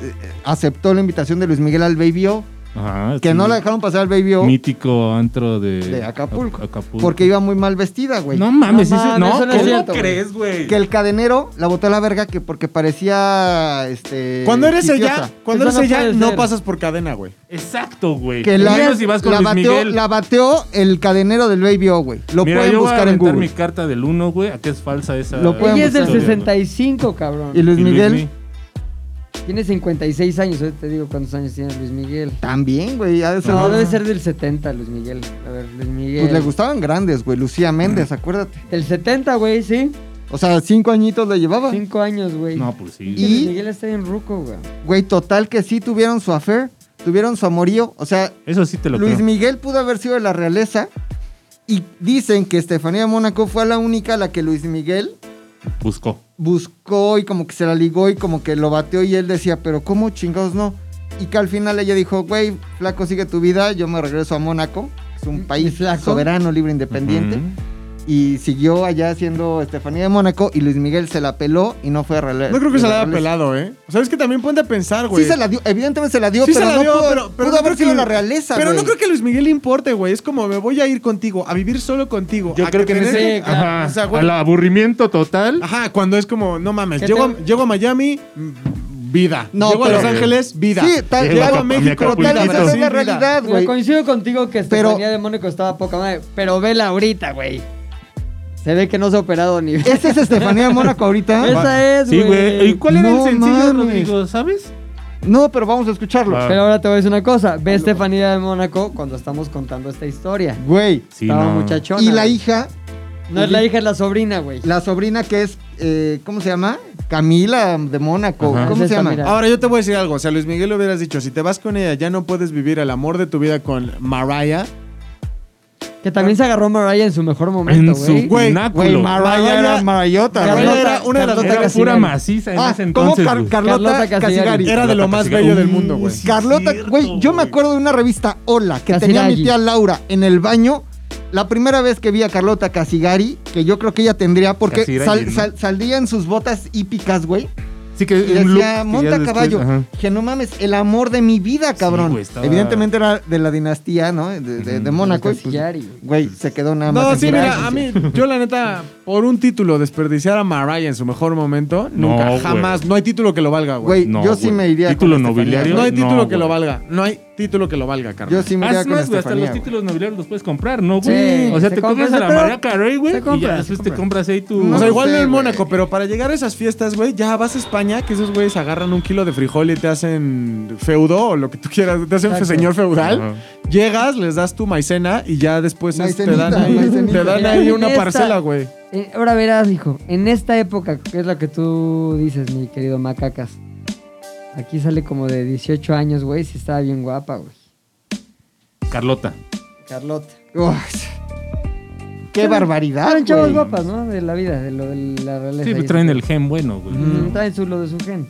aceptó la invitación de Luis Miguel al Baby O.
Ajá,
Que
sí.
no la dejaron pasar al Baby O
Mítico antro de,
de Acapulco,
Ac- Acapulco.
Porque iba muy mal vestida, güey.
No mames,
No
eso-
mames,
no,
eso no es
¿cómo
cierto, güey.
crees, güey?
Que el cadenero la botó a la verga que porque parecía, este...
Cuando eres
chiciosa.
ella, cuando
Eso
eres
no
ella,
puede
no
ser.
pasas por cadena, güey.
Exacto, güey.
Que la,
Menos si vas con
la
Luis
bateó,
Miguel.
la bateó el cadenero del Baby O, güey. Lo
Mira,
pueden
yo voy a
buscar en
aventar
Google.
mi carta del 1, güey. ¿A qué es falsa esa?
Lo pueden
Ella es del
historia, güey?
65, cabrón.
Y Luis
Y
Miguel
Tiene 56 años, ahorita te digo cuántos años tiene Luis Miguel.
también, güey. ha de ser-
No, debe ser del 70, Luis Miguel. A ver, Luis Miguel.
Pues le gustaban grandes, güey. Lucía Méndez, acuérdate.
Del 70, güey, sí.
O sea, cinco añitos le llevaba.
Cinco años, güey.
No, pues sí.
Y- Pues,
Luis Miguel está bien ruco, güey.
Güey, total que sí tuvieron su affair, tuvieron su amorío. O sea,
Eso sí te lo
Luis
creo.
Miguel pudo haber sido de la realeza. Y dicen que Estefanía de Mónaco fue la única a la que Luis Miguel
Buscó.
buscó y como que se la ligó y como que lo bateó y él decía, pero ¿cómo chingados no? Y que al final ella dijo, güey, flaco, sigue tu vida, yo me regreso a Mónaco, es un país
flaco?
soberano, libre, independiente. Y siguió allá siendo Estefanía de Mónaco y Luis Miguel se la peló y no fue a rela-
No creo que se la haya
reales.
pelado, ¿eh? O sea, es que también ponte a pensar, güey.
Sí se la dio, evidentemente se la dio,
Sí
pero
se la
no
dio,
pudo,
pero, pero
pudo
no
haber
creo que
sido
Lu-
la realeza,
Pero no
güey.
creo que a Luis Miguel le importe, güey. Es como, me voy a ir contigo, a vivir solo contigo.
Yo
a
creo que en
tener-
ese.
Sí, claro.
ajá,
O sea, güey.
al aburrimiento
Ah,
total.
Ajá, cuando es como, no mames,
¿Qué
llego, a,
te-
llego a Miami, mm, vida.
No,
llego
pero-
a Los Ángeles, vida.
Sí, tal-
Llego
tal-
a México,
tal-
Acapulquito.
esa es
Sí,
la
vida.
realidad,
Güey,
güey.
coincido contigo que
Pero-
Estefanía de Mónaco estaba poca madre, pero vela ahorita, güey. Se ve que no se ha operado ni...
Esa es este- Estefanía de Mónaco
*laughs*
ahorita.
Esa es,
Sí, güey. ¿Y cuál era
No
el sencillo,
mames.
Rodrigo? ¿Sabes?
No, pero vamos a escucharlo.
Ah.
Pero ahora te voy a decir una cosa. Ve Estefanía de Mónaco cuando estamos contando esta historia.
Güey.
Sí,
Estaba
no.
muchachona.
Y la hija
No es la hija, es la sobrina, güey.
La sobrina que es, eh, ¿cómo se llama? Camila de Mónaco.
Ajá.
¿Cómo
Es
se
esta,
llama?
mira.
Ahora yo te voy a decir algo, o sea, Luis Miguel le hubieras dicho, si te vas con ella, ya no puedes vivir el amor de tu vida con Mariah.
Que también se agarró Mariah en su mejor momento,
en su
güey.
Güey,
Güey,
pináculo.
Mariah era
Mariah-
Marayota.
Mariah
güey.
era una de las-
Era
Casillas.
pura maciza en
Ah,
ese
¿cómo
entonces.
Car-
güey.
Carlota,
Carlota
Casigari?
Casigari.
Era de lo más
Casigari.
bello del mundo,
Uh,
güey.
sí,
Carlota,
cierto,
güey, yo me
güey.
acuerdo de una revista Hola que
Casigari.
tenía mi tía Laura en el baño. La primera vez que vi a Carlota Casigari, que yo creo que ella tendría, porque
Casigari,
sal-
¿no?
sal- saldría en sus botas hípicas, güey.
Sí, que
Y
un look que
decía,
ya
monta
después-
caballo.
ajá.
Que no mames, el amor de mi vida, cabrón.
güey, estaba-
Evidentemente era de la dinastía, ¿no? De, de- de Mónaco. y pues,
Casigari, güey.
Güey, se quedó nada más.
No,
en
sí,
Francia.
mira, a mí, yo la neta, por un título desperdiciar a Mariah en su mejor momento, nunca,
güey.
jamás. No hay título que lo valga, güey.
Güey,
No,
yo sí
güey.
me iría
Título
con Estefanía.
nobiliario.
No hay título
no,
que lo
güey.
valga. No hay título que lo valga,
Yo
carnal.
sí me iría
Haz
con
Ah, más, güey, hasta
Estefanía.
los
güey.
títulos nobiliarios los puedes comprar, ¿no, güey?
Sí,
o sea,
se
te
compra,
compras a la
pero-
Mariah Carey,
se
güey, y
compra,
ya
se
después te
compra.
compras ahí tu...
No
o sea,
lo
igual
sé,
no en
güey.
Mónaco, pero para llegar a esas fiestas, güey, ya vas a España, que esos güeyes agarran un kilo de frijol y te hacen feudo o lo que tú quieras, te hacen
Exacto.
señor feudal.
Ajá.
Llegas, les das tu maicena y ya después es- te dan
Maicenita,
ahí,
maicenita.
te dan
Mira,
ahí
en
una
esta-
parcela, güey.
Eh, ahora verás, hijo, en esta época, que es la que tú dices, mi querido Macacas, aquí sale como de 18 años, güey, si estaba bien guapa, güey.
Carlota.
Carlota.
Uf, qué barbaridad.
Eran chavos
güey.
guapas, ¿no? De la vida, de lo de la realeza.
Sí,
y
pues
eso.
traen el gen bueno, güey.
Mm, traen su, lo de su gen.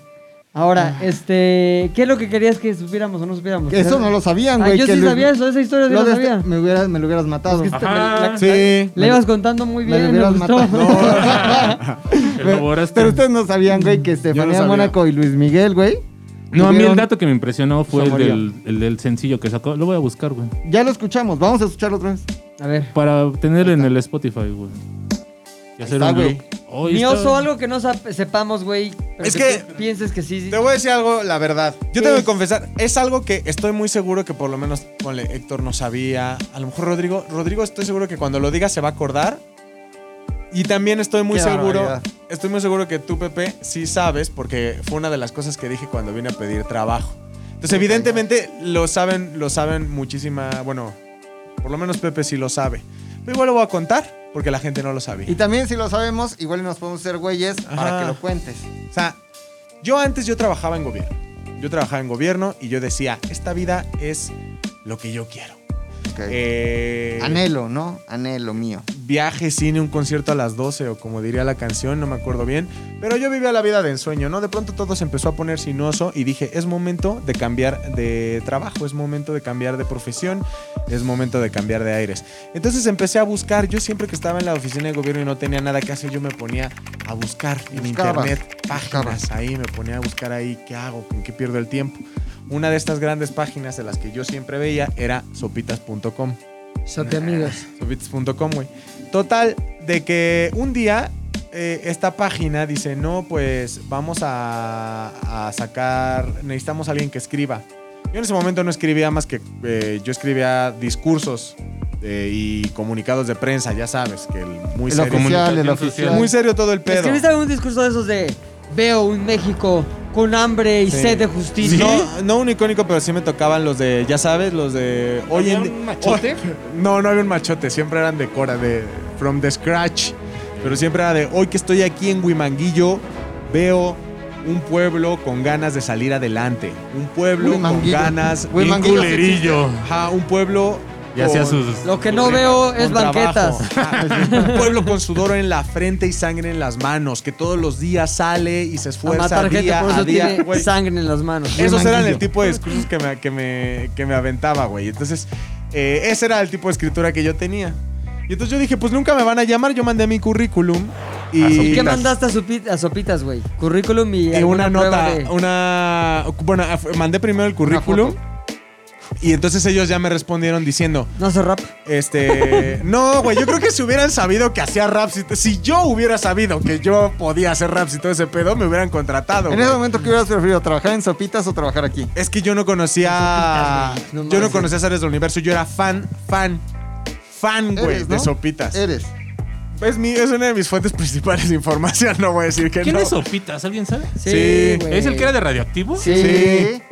Ahora, este, ¿qué es lo que querías que supiéramos o no supiéramos?
Ah. Eso no lo
Ah,
sabían, güey.
yo
que
sí
lo-
sabía eso, esa historia sí
lo
la
de este-
sabía.
me, hubiera- me lo hubieras matado.
Es que
Ajá.
Sí.
Le ibas contando muy
Me lo
bien, me
hubieras
gustó.
matado.
Elaboraste.
Pero *laughs* ustedes no sabían, güey, que Estefanía
sabía.
Mónaco y Luis Miguel, güey.
No, a mí
tuvieron-
el dato que me impresionó fue el
Saboría.
del, el del sencillo que sacó. Lo voy a buscar, güey.
Ya lo escuchamos. Vamos a escucharlo otra vez.
*laughs* A ver.
Para tener en el Spotify, güey. Y hacer
está,
un
güey.
loop. Oh,
Mi
está-
oso, algo que no sap- sepamos, güey. pero
Es que-
tú pienses que sí. sí.
Te voy a decir algo, la verdad. Yo
¿Qué
tengo que
es?
confesar, es algo que estoy muy seguro que por lo menos, ponle, Héctor no sabía. A lo mejor Rodrigo, Rodrigo estoy seguro que cuando lo diga se va a acordar. Y también estoy muy
Qué
seguro,
barbaridad.
estoy muy seguro que tú, Pepe, sí sabes, porque fue una de las cosas que dije cuando vine a pedir trabajo. Entonces, evidentemente, lo saben, lo saben muchísima, bueno, por lo menos Pepe sí lo sabe. Pero igual lo voy a contar, porque la gente no lo sabía.
Y también, si lo sabemos, igual nos podemos hacer güeyes para
Ajá.
que lo cuentes.
O sea, yo antes yo trabajaba en gobierno. Yo trabajaba en gobierno y yo decía, esta vida es lo que yo quiero.
Ok.
Eh,
Anhelo, ¿no? Anhelo mío.
viaje, cine, un concierto a las 12 o como diría la canción, no me acuerdo bien. Pero yo vivía la vida de ensueño, ¿no? De pronto todo se empezó a poner sinuoso y dije, es momento de cambiar de trabajo, es momento de cambiar de profesión, es momento de cambiar de aires. Entonces empecé a buscar, yo siempre que estaba en la oficina de gobierno y no tenía nada que hacer, yo me ponía a buscar en
Buscabas,
internet páginas, ahí me ponía a buscar ahí qué hago, con qué pierdo el tiempo. Una de estas grandes páginas de las que yo siempre veía era sopitas.com.
Sote amigos.
Sopitas.com, güey. Total, de que un día eh, esta página dice, no, pues vamos a, a sacar, necesitamos a alguien que escriba. Yo en ese momento no escribía más que, eh, yo escribía discursos eh, y comunicados de prensa, ya sabes, que el muy
El oficial,
serio.
el
comunicación
oficial.
social.
Muy serio todo el pedo.
¿Escribiste algún discurso de esos de veo un México con hambre y
Sí.
sed de justicia?
No, no un icónico, pero sí me tocaban los de, ya sabes, los de hoy en di-
un machote?
*laughs* no, no había un machote, siempre eran de Cora, de From the Scratch. Pero siempre era de hoy que estoy aquí en Huimanguillo, veo un pueblo con ganas de salir adelante. Un pueblo con
Huimanguillo.
ganas.
Huimanguillo.
Ajá, un pueblo
Y hacía sus.
Lo que no veo es
*laughs*
Con
banquetas. *laughs*
trabajo. Ah, Un pueblo con sudor en la frente y sangre en las manos, que todos los días sale y
A
se esfuerza
matar gente,
Pues día
por
a
eso
día.
tiene
Güey,
sangre en las manos.
esos eran
Manguillo.
el tipo de discursos que me, que me, que me aventaba, güey. Entonces, eh, ese era el tipo de escritura que yo tenía. Y entonces yo dije, pues nunca me van a llamar. Yo mandé mi currículum y...
¿Qué mandaste a, Supi- a Sopitas, güey? Currículum y,
Y una
alguna prueba
nota,
de-
una... Bueno, af- mandé primero el currículum. Y entonces ellos ya me respondieron diciendo,
No se rap.
este. *laughs* No, güey, yo creo que si hubieran sabido que hacía raps. y t- Si yo hubiera sabido que yo podía hacer raps y todo ese pedo, me hubieran contratado.
En
güey.
ese momento, ¿qué hubieras preferido? ¿Trabajar en Sopitas o trabajar aquí?
Es que yo no conocía.
Sopitas, güey, no
yo no
mames.
conocía Zares del Universo. Yo era fan, fan, fan, güey,
Eres,
de
¿no? Eh,
Sopitas.
Eres.
Es, mi, es una de mis fuentes *laughs* principales de información. No voy a decir que
¿Quién
no.
es Sopitas? ¿Alguien sabe?
Sí,
güey.
¿Es el que era de radioactivo?
Sí.
Sí.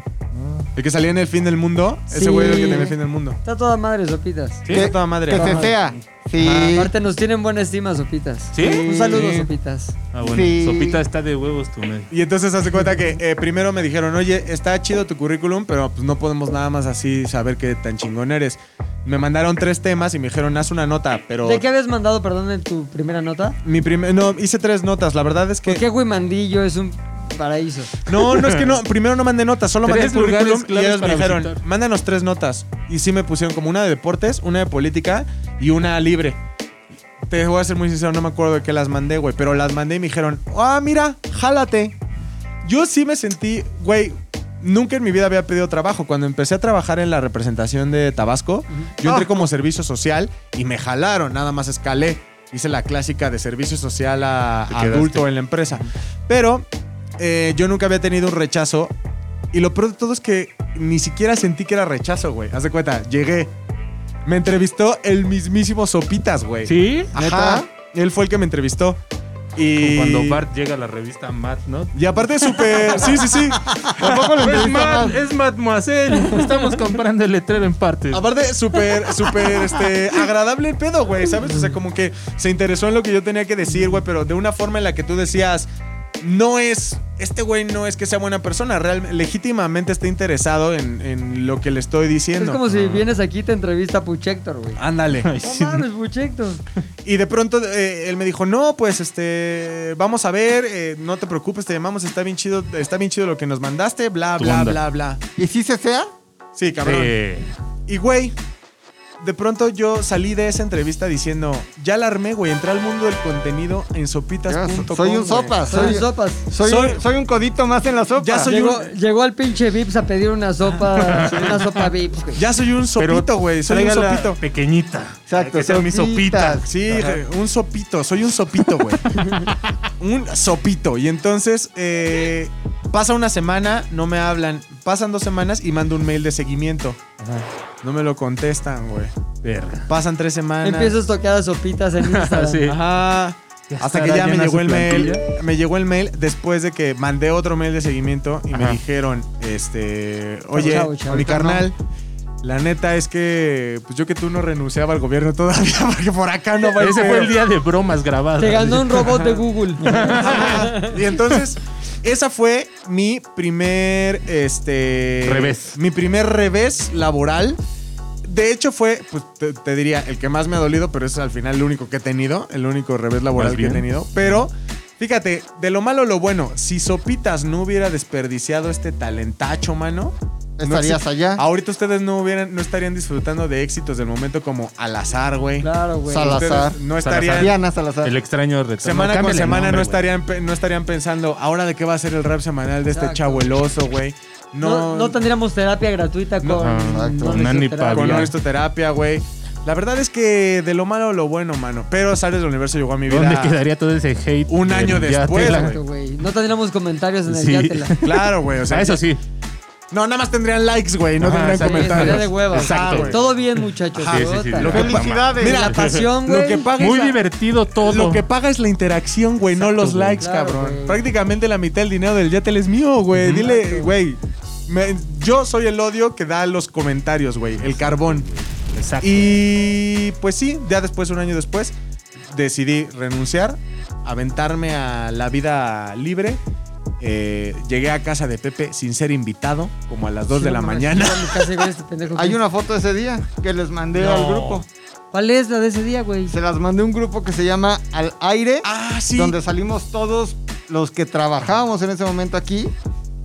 El que salía en el fin del mundo.
Sí.
Ese güey era el que tenía el fin del mundo.
Está toda madre, Sopitas.
Sí.
Está toda madre.
Que se
Ajá.
sea.
Ah,
Sí.
Aparte nos tienen buena estima, Sopitas.
¿Sí?
Un saludo,
Sí.
Sopitas.
Ah, bueno.
Sí.
Sopita está de huevos tu medio.
Y entonces hace cuenta que eh, primero me dijeron, oye, está chido tu currículum, pero pues no podemos nada más así saber qué tan chingón eres. Me mandaron tres temas y me dijeron, haz una nota, pero...
¿De qué habías mandado, perdón, en tu primera nota?
Mi primer... No, hice tres notas, la verdad es que...
¿Por qué Guimandillo es un paraíso?
No, no es
*laughs*
que no, primero no mandé notas, solo mandé
Tres
el currículum
lugares
y
claves
ellos me
para
dijeron,
visitar.
mándanos tres notas. Y sí me pusieron como una de deportes, una de política y una libre. Te voy a ser muy sincero, no me acuerdo de qué las mandé, güey, pero las mandé y me dijeron, ah, mira, jálate. Yo sí me sentí, güey, nunca en mi vida había pedido trabajo. Cuando empecé a trabajar en la representación de Tabasco, yo
Ah.
entré como servicio social y me jalaron, nada más escalé. Hice la clásica de servicio social a
Te quedaste.
adulto en la empresa. Pero eh, yo nunca había tenido un rechazo. Y lo peor de todo es que ni siquiera sentí que era rechazo, güey. Haz de cuenta, llegué. Me entrevistó el mismísimo Sopitas, güey.
¿Sí?
Ajá. Él fue el que me entrevistó. Y.
Cuando Bart llega a la revista Matt,
*laughs*
¿no?
Y aparte es súper. sí, sí, sí.
Tampoco lo
Es
entendiste
Matt,
más.
es Mademoiselle. Estamos comprando el letrero en partes.
Aparte, súper, súper este, agradable el pedo, güey, ¿sabes? O sea, como que se interesó en lo que yo tenía que decir, güey, pero de una forma en la que tú decías, no es, este güey no es que sea buena persona, real, legítimamente está interesado en, en lo que le estoy diciendo.
Es como si vienes aquí y te entrevista Puchector, güey.
Ándale.
Ay, sí.
No mames, Puchector.
Y de pronto eh, él me dijo, no, pues este, vamos a ver, eh, no te preocupes, te llamamos, está bien chido, está bien chido lo que nos mandaste, bla,
Tu
bla,
onda.
bla, bla.
¿Y si se sea?
Sí, cabrón.
Sí.
Y güey, de pronto yo salí de esa entrevista diciendo, ya la armé, güey, entré al mundo del contenido en
Ya,
sopitas.com.
Soy un
güey.
sopa.
Son
Soy, Ah,
sopas.
soy,
Soy-
un, soy un codito más en la sopa.
Ya soy
Llegó,
un-
llegó al pinche Vips a pedir una sopa, una sopa Vips, güey.
Ya soy un sopito, güey, soy un
tráigala
sopito.
Pequeñita.
Exacto,
Que sea mi
sopitas.
sopita.
Sí, un sopito, soy un sopito, güey. un sopito. Y entonces eh, pasa una semana, no me hablan. Pasan dos semanas y mando un mail de seguimiento. No me lo contestan, güey.
Verga.
Pasan tres semanas.
Empiezo a tocar a sopitas en Instagram.
*laughs* Sí.
Ajá.
Ya
Hasta
estará
que ya me
llena
llegó
su
el mail.
plantilla.
Me llegó el mail después de que mandé otro mail de seguimiento y me
Ajá.
dijeron, este, oye,
chao, chao.
mi carnal, la neta es que pues yo que tú no renunciaba al gobierno todavía *laughs* porque por acá no va
Ese
pedo".
fue el día de bromas grabadas.
Te ganó un robot de Google.
Ajá. *laughs* Y entonces, esa fue mi primer, este,
Revés.
Mi primer revés laboral. De hecho fue, pues te, te diría, el que más me ha dolido, pero es al final el único que he tenido, el único revés laboral
Más
que he
bien.
tenido. Pero, fíjate, de lo malo lo bueno, si Sopitas no hubiera desperdiciado este talentacho, mano,
Estarías
No
allá.
ahorita ustedes no hubieran, no estarían disfrutando de éxitos del momento como al azar, güey.
Claro, güey.
Sala.
Ustedes
Salazar.
No estarían.
Diana Salazar.
El extraño retorno.
Pues Semana con
Cámbiale el nombre,
semana no,
güey.
estarían, pe- no estarían pensando, ahora de qué va a ser el rap semanal de este
Exacto.
chabueloso, güey.
No,
No,
no tendríamos terapia gratuita con,
No,
exacto.
no
Con Nani
fisioterapia.
con
Pavia.
Con-
honestterapia, güey. La verdad es que de lo malo lo bueno, mano. Pero sales del universo llegó a mi vida.
¿Dónde quedaría todo ese hate?
Un año
del
después,
Yatela?
güey.
Exacto, güey. No tendríamos comentarios en el
Sí.
Yatela.
Claro, güey.
*laughs*
O sea,
Ah, eso sí.
No, nada más tendrían likes, güey. No
Ajá,
tendrían
exacto.
Estaría de
*laughs* comentarios.
hueva.
Exacto,
güey.
güey.
Todo bien, muchachos.
Sí, sí, sí,
Ótale.
lo que-
Felicidades.
Mira,
La pasión,
Lo
güey.
que paga
Muy
es la-
divertido todo.
Lo que paga es la interacción, güey, no
Exacto,
los
güey.
likes,
Claro,
cabrón.
güey.
Prácticamente la mitad del dinero del Yatel es mío, güey. Dile, güey. me- Yo soy el odio que da los comentarios, güey. El carbón.
Exacto.
Y pues sí, ya después, un año después, decidí renunciar, aventarme a la vida libre. eh, llegué a casa de Pepe sin ser invitado, como a las 2 de la mañana. *laughs*
este
Hay una foto de ese día que les mandé
No.
al grupo.
¿Cuál es la de ese día, güey?
Se las mandé a un grupo que se llama Al Aire,
Ah, sí.
donde salimos todos los que trabajábamos en ese momento aquí.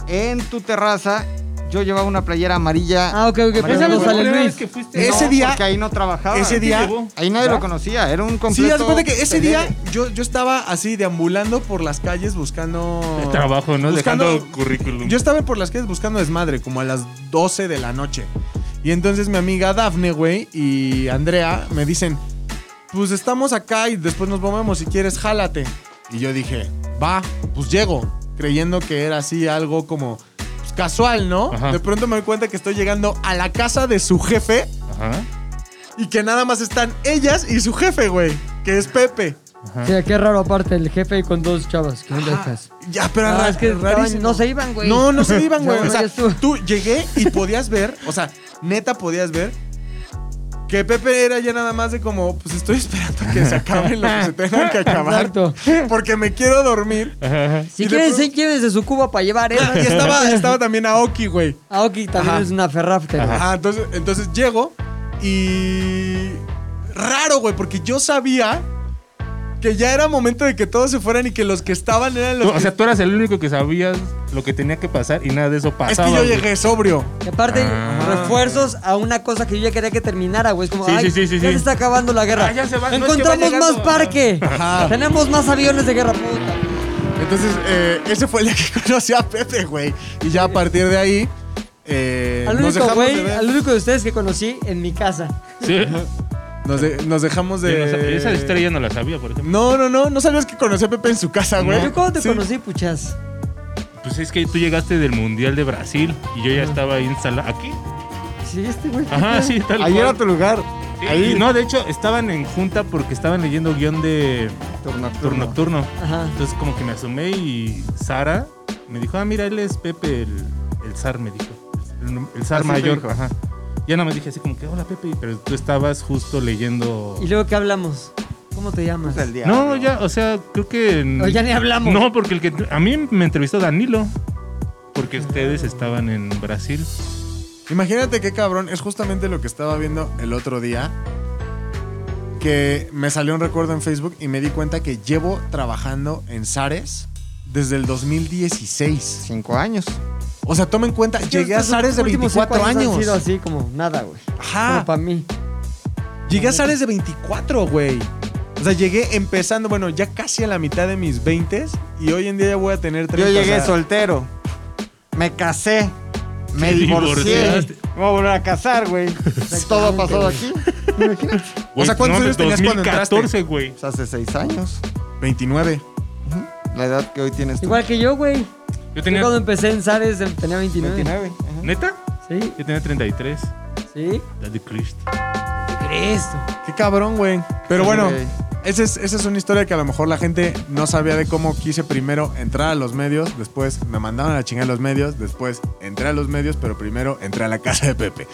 En tu terraza, yo llevaba una playera amarilla.
Ah, ok, ok.
María
Pues ya
Luz.
no sale
La primera
Luis.
vez que fuiste,
No,
ese día-
Porque ahí no trabajaba.
Ese día.
Ahí nadie lo conocía, era un completo.
Sí, haz de cuenta que ese día
pelele.
yo, yo estaba así deambulando por las calles buscando.
El trabajo, ¿no?
buscando-
Dejando currículum.
Yo estaba por las calles buscando desmadre, como a las 12 de la noche. Y entonces mi amiga Dafne, güey, y Andrea me dicen: Pues estamos acá y después nos vamos, si quieres, jálate. Y yo dije: Va, pues llego. Creyendo que era así algo como pues, casual, ¿no?
Ajá.
De pronto me doy cuenta que estoy llegando a la casa de su jefe
Ajá.
y que nada más están ellas y su jefe, güey, que es Pepe.
Sí, qué raro aparte, el jefe y con dos chavas. ¿Qué onda
Ajá.
estás?
Ya, pero
Ah,
ra-
es que estaban-
rarísimo.
no se iban, güey.
No, no se iban,
*laughs*
güey.
No,
o
no,
sea,
ya estuvo.
tú llegué y podías ver, o sea, neta podías ver que Pepe era ya nada más de como, pues estoy esperando que se acaben los que se tengan
*laughs*
que acabar.
Exacto.
Porque me quiero dormir.
Si
Y
quieren,
de pronto-
sí, llévense su cuba para llevar,
*laughs*
¿eh? *laughs*
Y estaba, estaba también Aoki, güey.
Aoki Ah, también
Ajá.
es una ferrafte, güey.
Ajá, entonces, entonces llego y. Raro, güey, porque yo sabía que ya era momento de que todos se fueran y que los que estaban eran los
Tú-
que.
o sea, tú eras el único que sabías lo que tenía que pasar y nada de eso
es
pasaba.
que yo
güey.
llegué sobrio.
Y aparte,
Ah.
refuerzos a una cosa que yo ya quería que terminara, güey. Es como,
Sí,
ay,
sí, sí, sí,
ya
sí.
se está acabando la guerra.
Ah, ya se va, no es que va
Encontramos más
llegando.
parque.
Ajá.
Tenemos más aviones de guerra puta.
Entonces, eh, ese fue el día que *laughs* conocí a Pepe, güey. Y ya a partir de ahí, eh,
Al
nos
único,
dejamos de
güey,
ver.
al único de ustedes que conocí en mi casa.
Sí.
Nos, de- nos dejamos
Yo no sabía-
de...
esa historia yo no la sabía, por ejemplo.
No, no, no. No sabías que conocí a Pepe en su casa, güey.
¿Yo cómo te
Sí.
conocí, puchas?
Pues es que tú llegaste del Mundial de Brasil y yo ya estaba ahí en sala. ¿Aquí?
Sí, este güey.
Ajá, sí, tal
Ahí
cual.
era tu lugar.
Sí,
ahí.
y no, de hecho, estaban en junta porque estaban leyendo guión de Turno
Turno nocturno.
Nocturno.
Ajá.
Entonces como que me asomé y Sara me dijo, ah, mira, él es Pepe, el, el Sar, me dijo. El, el Sar
Así te
mayor.
dijo.
Ajá. Ya no me dije así como que, hola Pepe, pero tú estabas justo leyendo...
¿Y luego qué hablamos? ¿Cómo te llamas?
El diablo.
No, ya, o sea, creo que...
O ya ni hablamos.
No, porque el que... A mí me entrevistó Danilo, porque ustedes estaban en Brasil.
Imagínate qué cabrón. Es justamente lo que estaba viendo el otro día. Que me salió un recuerdo en Facebook y me di cuenta que llevo trabajando en Zares desde el 2016.
Cinco años.
O sea, toma en cuenta, llegué a
Estos
Zares de
últimos
24
cinco
años.
Han sido así como nada, güey.
Ajá.
Como para mí.
Llegué a Zares de 24, güey. O sea, llegué empezando, bueno, ya casi a la mitad de mis 20 y hoy en día ya voy a tener 30.
Yo llegué
o sea,
soltero. Me casé. Me
Te
divorcié.
divorciaste.
Me voy a volver a casar,
*laughs*
güey.
Pues
Todo ha pasado aquí. Imagínate.
Güey,
sea, ¿cuántos
de
años tenías cuando entraste?
2014, güey.
Pues hace seis años.
29.
La edad que hoy tienes tú.
Igual que yo, güey.
Yo
Yo
tenía...
cuando empecé en Zares em- tenía 29.
29. ajá.
¿Neta?
Sí,
Yo tenía 33.
sí.
Daddy Christ.
¿Qué crees?
Qué cabrón, güey. Pero bueno,
Güey.
esa es, esa es una historia que a lo mejor la gente no sabía de cómo quise primero entrar a los medios, después me mandaron a chingar a los medios, después entré a los medios, pero primero entré a la casa de Pepe.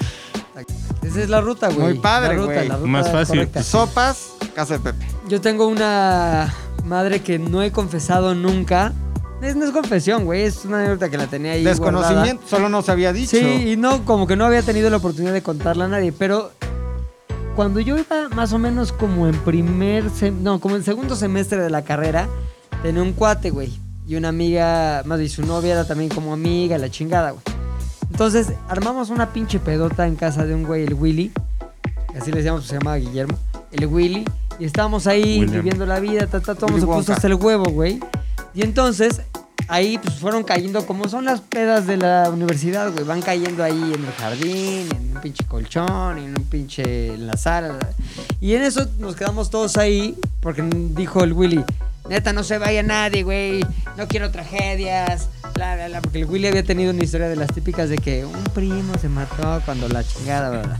Esa es la ruta, güey.
Muy padre,
La ruta,
güey.
la ruta
Más fácil.
correcta.
Sopas, casa de Pepe.
Yo tengo una madre que no he confesado nunca. Es, no es confesión, güey. Es una anécdota que la tenía ahí. guardada.
Desconocimiento, solo nos había dicho.
Sí, y no, como que no había tenido la oportunidad de contarla a nadie, pero cuando yo iba más o menos como en primer, sem- no, como en segundo semestre de la carrera, tenía un cuate, güey, y una amiga, más bien su novia era también como amiga, la chingada, güey. Entonces, armamos una pinche pedota en casa de un güey, el Willy, así le decíamos, se llamaba Guillermo, el Willy, y estábamos ahí
William.
viviendo la vida, ta, ta, todo
Willy
se puso
Wonka.
hasta el huevo, güey. Y entonces, ahí pues fueron cayendo como son las pedas de la universidad, güey. Van cayendo ahí en el jardín, en un pinche colchón, en un pinche en la sala. Y en eso nos quedamos todos ahí porque dijo el Willy, neta, no se vaya nadie, güey. No quiero tragedias. Bla, bla, bla. Porque el Willy había tenido una historia de las típicas de que un primo se mató cuando la chingada, ¿verdad?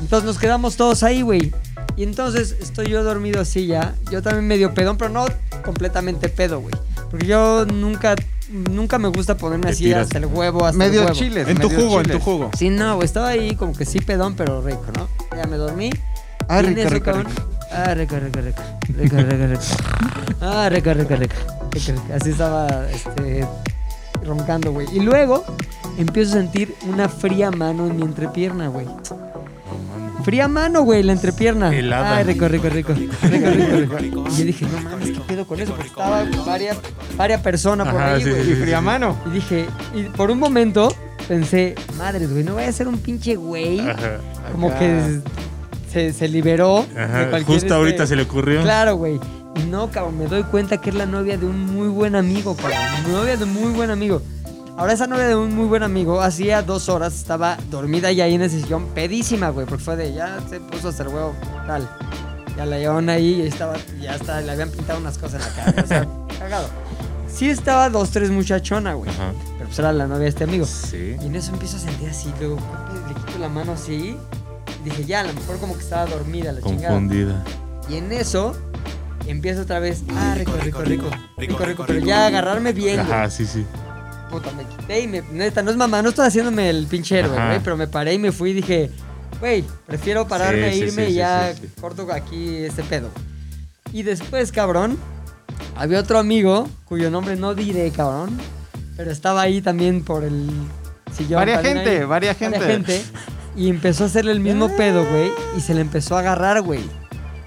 Entonces nos quedamos todos ahí, güey. Y entonces estoy yo dormido así ya. Yo también medio pedón, pero no completamente pedo, güey. Porque yo nunca, nunca me gusta ponerme
Te
así
tiras.
hasta el huevo, hasta el
Medio
huevo.
chiles.
En tu
medio
jugo, en
chiles.
tu jugo.
Sí, no, güey. Estaba ahí como que sí pedón, pero rico, ¿no? Ya me dormí.
Ah,
Y en
rico,
eso,
rico,
cabrón, Ah, rico, rico, rico. Rico, rico, rico. Ah, rico, rico, rico. Rico, rico. Así estaba este, roncando, güey. Y luego empiezo a sentir una fría mano en mi entrepierna, güey. Fría mano, güey, la entrepierna.
Helada.
Ay, rico, rico, rico. Rico, rico, rico. Y yo dije, no mames, ¿qué pedo con eso? Porque estaba varias, varias personas por
Ajá,
ahí,
sí,
güey.
sí, sí, Y fría sí.
mano. Y dije, y por un momento pensé, madres, güey, no vaya a ser un pinche güey.
Ajá.
Como que se, se liberó de
Ajá,
cualquier...
Justo
este-
ahorita se le ocurrió.
Claro, güey. Y no, cabrón, me doy cuenta que es la novia de un muy buen amigo, cabrón. Novia de un muy buen amigo. Ahora, esa novia de un muy buen amigo, hacía dos horas estaba dormida ya ahí en ese sillón, pedísima, güey, porque fue de ya se puso a hacer huevo, tal. Ya la llevaron ahí y estaba, ya está, le habían pintado unas cosas en la cara, o
*laughs*
sea, cagado. Sí estaba dos, tres muchachona, güey,
Ajá.
pero pues era la novia de este amigo.
Sí.
Y en eso empiezo a sentir así, luego le quito la mano así, dije ya, a lo mejor como que estaba dormida la chingada.
Confundida.
Y en eso empieza otra vez. Ah, rico, rico, rico. Rico, rico, pero ya agarrarme bien. güey.
Ajá, sí, sí.
Puta, me quité y me. Neta, no es mamá, no estoy haciéndome el pinche héroe,
Ajá.
güey. Pero me paré y me fui y dije, güey, prefiero pararme
Sí, sí,
e irme
sí,
y
sí,
ya
sí, sí.
corto aquí este pedo. Y después, cabrón, había otro amigo cuyo nombre no diré, cabrón. Pero estaba ahí también por el sillón.
Varia
también
gente,
ahí.
varia gente.
Y empezó a hacerle el
Eh.
mismo pedo, güey. Y se le empezó a agarrar, güey.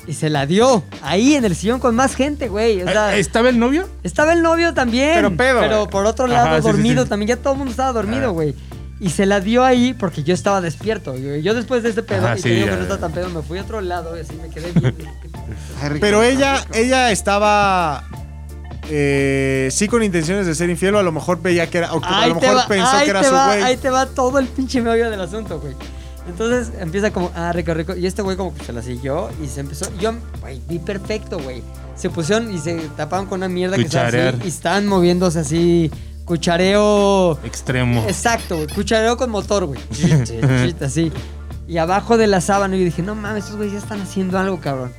Y se la dio. Ahí en el sillón con más gente, güey. O sea,
Ah, ¿Estaba el novio?
estaba el novio también.
Pero pedo.
Pero por otro
Ajá,
lado,
sí, sí,
dormido
sí.
también. Ya todo el mundo estaba
Ah.
dormido, güey. Y se la dio ahí porque yo estaba despierto. Yo, yo después de este pedo,
Ajá,
y
sí,
te digo
ya,
que no
ya.
estaba tan pedo, me fui a otro lado y así me quedé
*laughs*
bien.
Pero ella, ella estaba. eh, sí, con intenciones de ser infiel, o a lo mejor veía que era. O a
ahí
lo
te
mejor
va,
pensó
ahí
que era
te
su
va,
güey.
Ahí te va todo el pinche meollo del asunto, güey. Entonces empieza como, ah, rico, rico. Y este güey como que se la siguió y se empezó. Yo, güey, vi perfecto, güey. Se pusieron y se taparon con una mierda que estaba
Cucharear.
así. Y estaban moviéndose así, cuchareo.
Extremo.
Exacto, güey. Cuchareo con motor, güey. Chit, chit, chit, Así. Y abajo de la sábana yo dije, no mames, estos güeyes ya están haciendo algo, cabrón.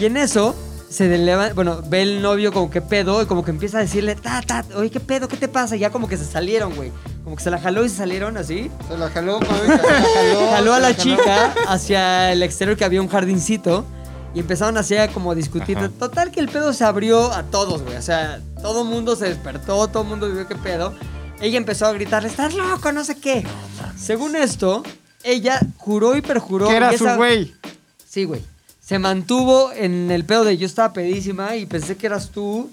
Y en eso se le leva- bueno, ve el novio como que pedo y como que empieza a decirle, ta, ta, oye, ¿qué pedo? ¿Qué te pasa? Y ya como que se salieron, güey. Como que se la jaló y se salieron así.
Se la jaló, mami, se la
*laughs*
jaló.
Jaló a
se
la chica hacia el exterior que había un jardincito y empezaron así a como discutir.
Ajá.
Total que el pedo se abrió a todos, güey. O sea, todo mundo se despertó, todo mundo vio qué pedo. Ella empezó a gritarle, estás loco, no sé qué. Según esto, ella juró y perjuró.
Que era
y
su
esa-
güey.
Sí, güey. Se mantuvo en el pedo de yo estaba pedísima y pensé que eras tú.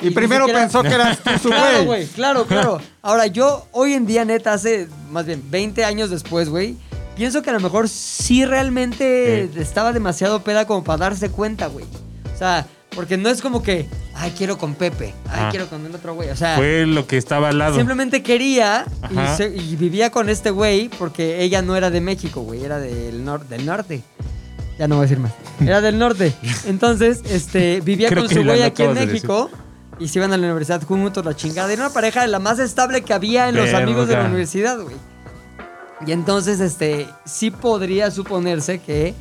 Y primero
pensó
pensó que eras tú su
*laughs* Claro,
güey.
güey, claro, claro. Ahora, yo hoy en día, neta, hace más bien 20 años después, güey, pienso que a lo mejor sí
Eh.
realmente estaba demasiado peda como para darse cuenta, güey. O sea, porque no es como que, ay, quiero con Pepe, ay,
Ajá.
quiero con el otro güey. O sea,
Fue lo que estaba al lado.
simplemente quería y,
Ajá.
se- y vivía con este güey porque ella no era de México, güey, era del, nor- del norte. Ya no voy a decir más. Era del norte. Entonces, este, vivía
Creo
con
que
su
ya
güey
lo
aquí en
acabas de
México. Y se iban a la universidad juntos, la chingada. Era una pareja de la más estable que había en los
Verga.
amigos de la universidad, güey. Y entonces, este, sí podría suponerse que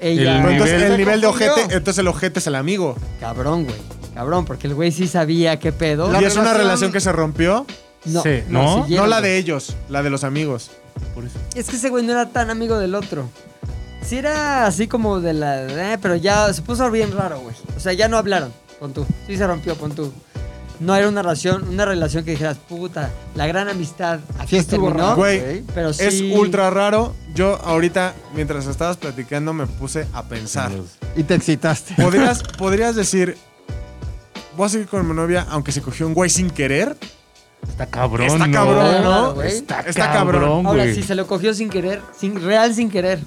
ella...
El
Pero entonces,
nivel-
el nivel de
confundió.
ojete, entonces el ojete es el amigo.
Cabrón, güey. Cabrón, porque el güey sí sabía qué pedo.
y es una relación que se rompió.
No,
Sí, ¿no?
siguieron,
No la
güey.
de ellos, la de los amigos. Por eso.
Es que ese güey no era tan amigo del otro. Sí era así como de la... eh, pero ya se puso bien raro, güey. O sea, ya no hablaron, pon tú. Sí se rompió, pon tú. No era una relación, una relación que dijeras, puta, la gran amistad. Aquí estuvo, ¿no?
Güey,
pero sí...
Es ultra raro. Yo ahorita, mientras estabas platicando, me puse a pensar.
Y te excitaste.
¿Podrías, podrías decir, voy a seguir con mi novia aunque se cogió un güey sin querer?
Está cabrón,
Está
¿no?
cabrón,
Claro,
¿no?
güey.
Está,
Está
cabrón.
cabrón,
Ahora
güey.
sí, se lo cogió sin querer, sin real sin querer.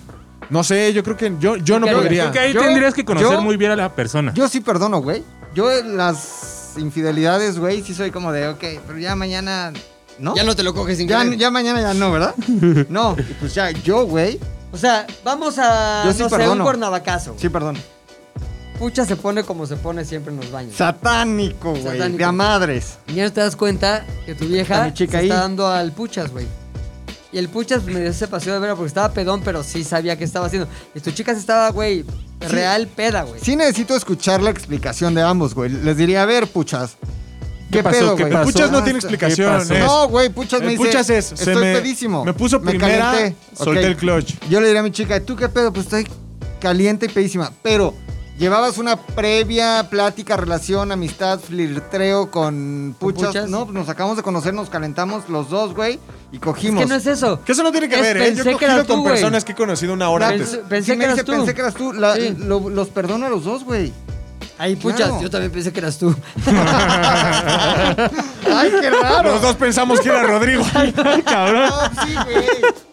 No sé, yo creo que yo, yo no
Creo que-
podría.
Creo que ahí
Yo-
tendrías que conocer
yo-
muy bien a la persona.
Yo sí perdono, güey. Yo en las infidelidades, güey, sí soy como de, ok, pero ya mañana, ¿no?
Ya no te lo coges sin
ya,
querer.
ya mañana ya no,
*laughs*
¿verdad? No, y pues ya, yo, güey,
O sea, vamos a,
Yo sí
no sé, un
perdono.
cuernavacazo.
sí perdono.
Pucha se pone como se pone siempre en los baños.
Satánico, güey,
Satánico.
de a madres.
Y ya no te das cuenta que tu vieja
Está mi chica
se
ahí.
está dando al puchas, güey. Y el puchas me dio ese paseo de vera porque estaba pedón, pero sí sabía qué estaba haciendo. Y tu chica se estaba, güey, real peda, güey.
Sí necesito escuchar la explicación de ambos, güey. Les diría, a ver, puchas. ¿Qué,
pasó?
pedo,
¿Qué
güey?
pasó?
Puchas no
Ah,
tiene
está-
explicación.
pasó?
¿eh?
No, güey, puchas
El
me dice,
puchas es, se
estoy
me-
pedísimo.
me puso primera,
calenté.
solté
Ok.
el clutch.
Yo le diría a mi chica, ¿tú qué pedo? Pues estoy caliente y pedísima. Pero
Llevabas una previa plática, relación, amistad, flirtreo con
¿Con
puchas.
puchas?
No, pues nos acabamos de conocer, nos calentamos los dos, güey, y
Es
cogimos.
que no es eso.
Que eso no tiene que
Es-
ver, ¿eh? Yo
pensé
he
que eras
cogido con
tú, güey.
personas que he conocido una hora
Pensé-
antes.
pensé
Sí,
que
me
eras
dice,
tú.
Pensé que eras tú. La-
Sí.
lo- los perdono a los dos, güey.
Ahí, puchas,
Claro.
yo también pensé que eras tú.
Ay, qué raro.
Los dos pensamos que era Rodrigo.
Cabrón.
No, sí, güey.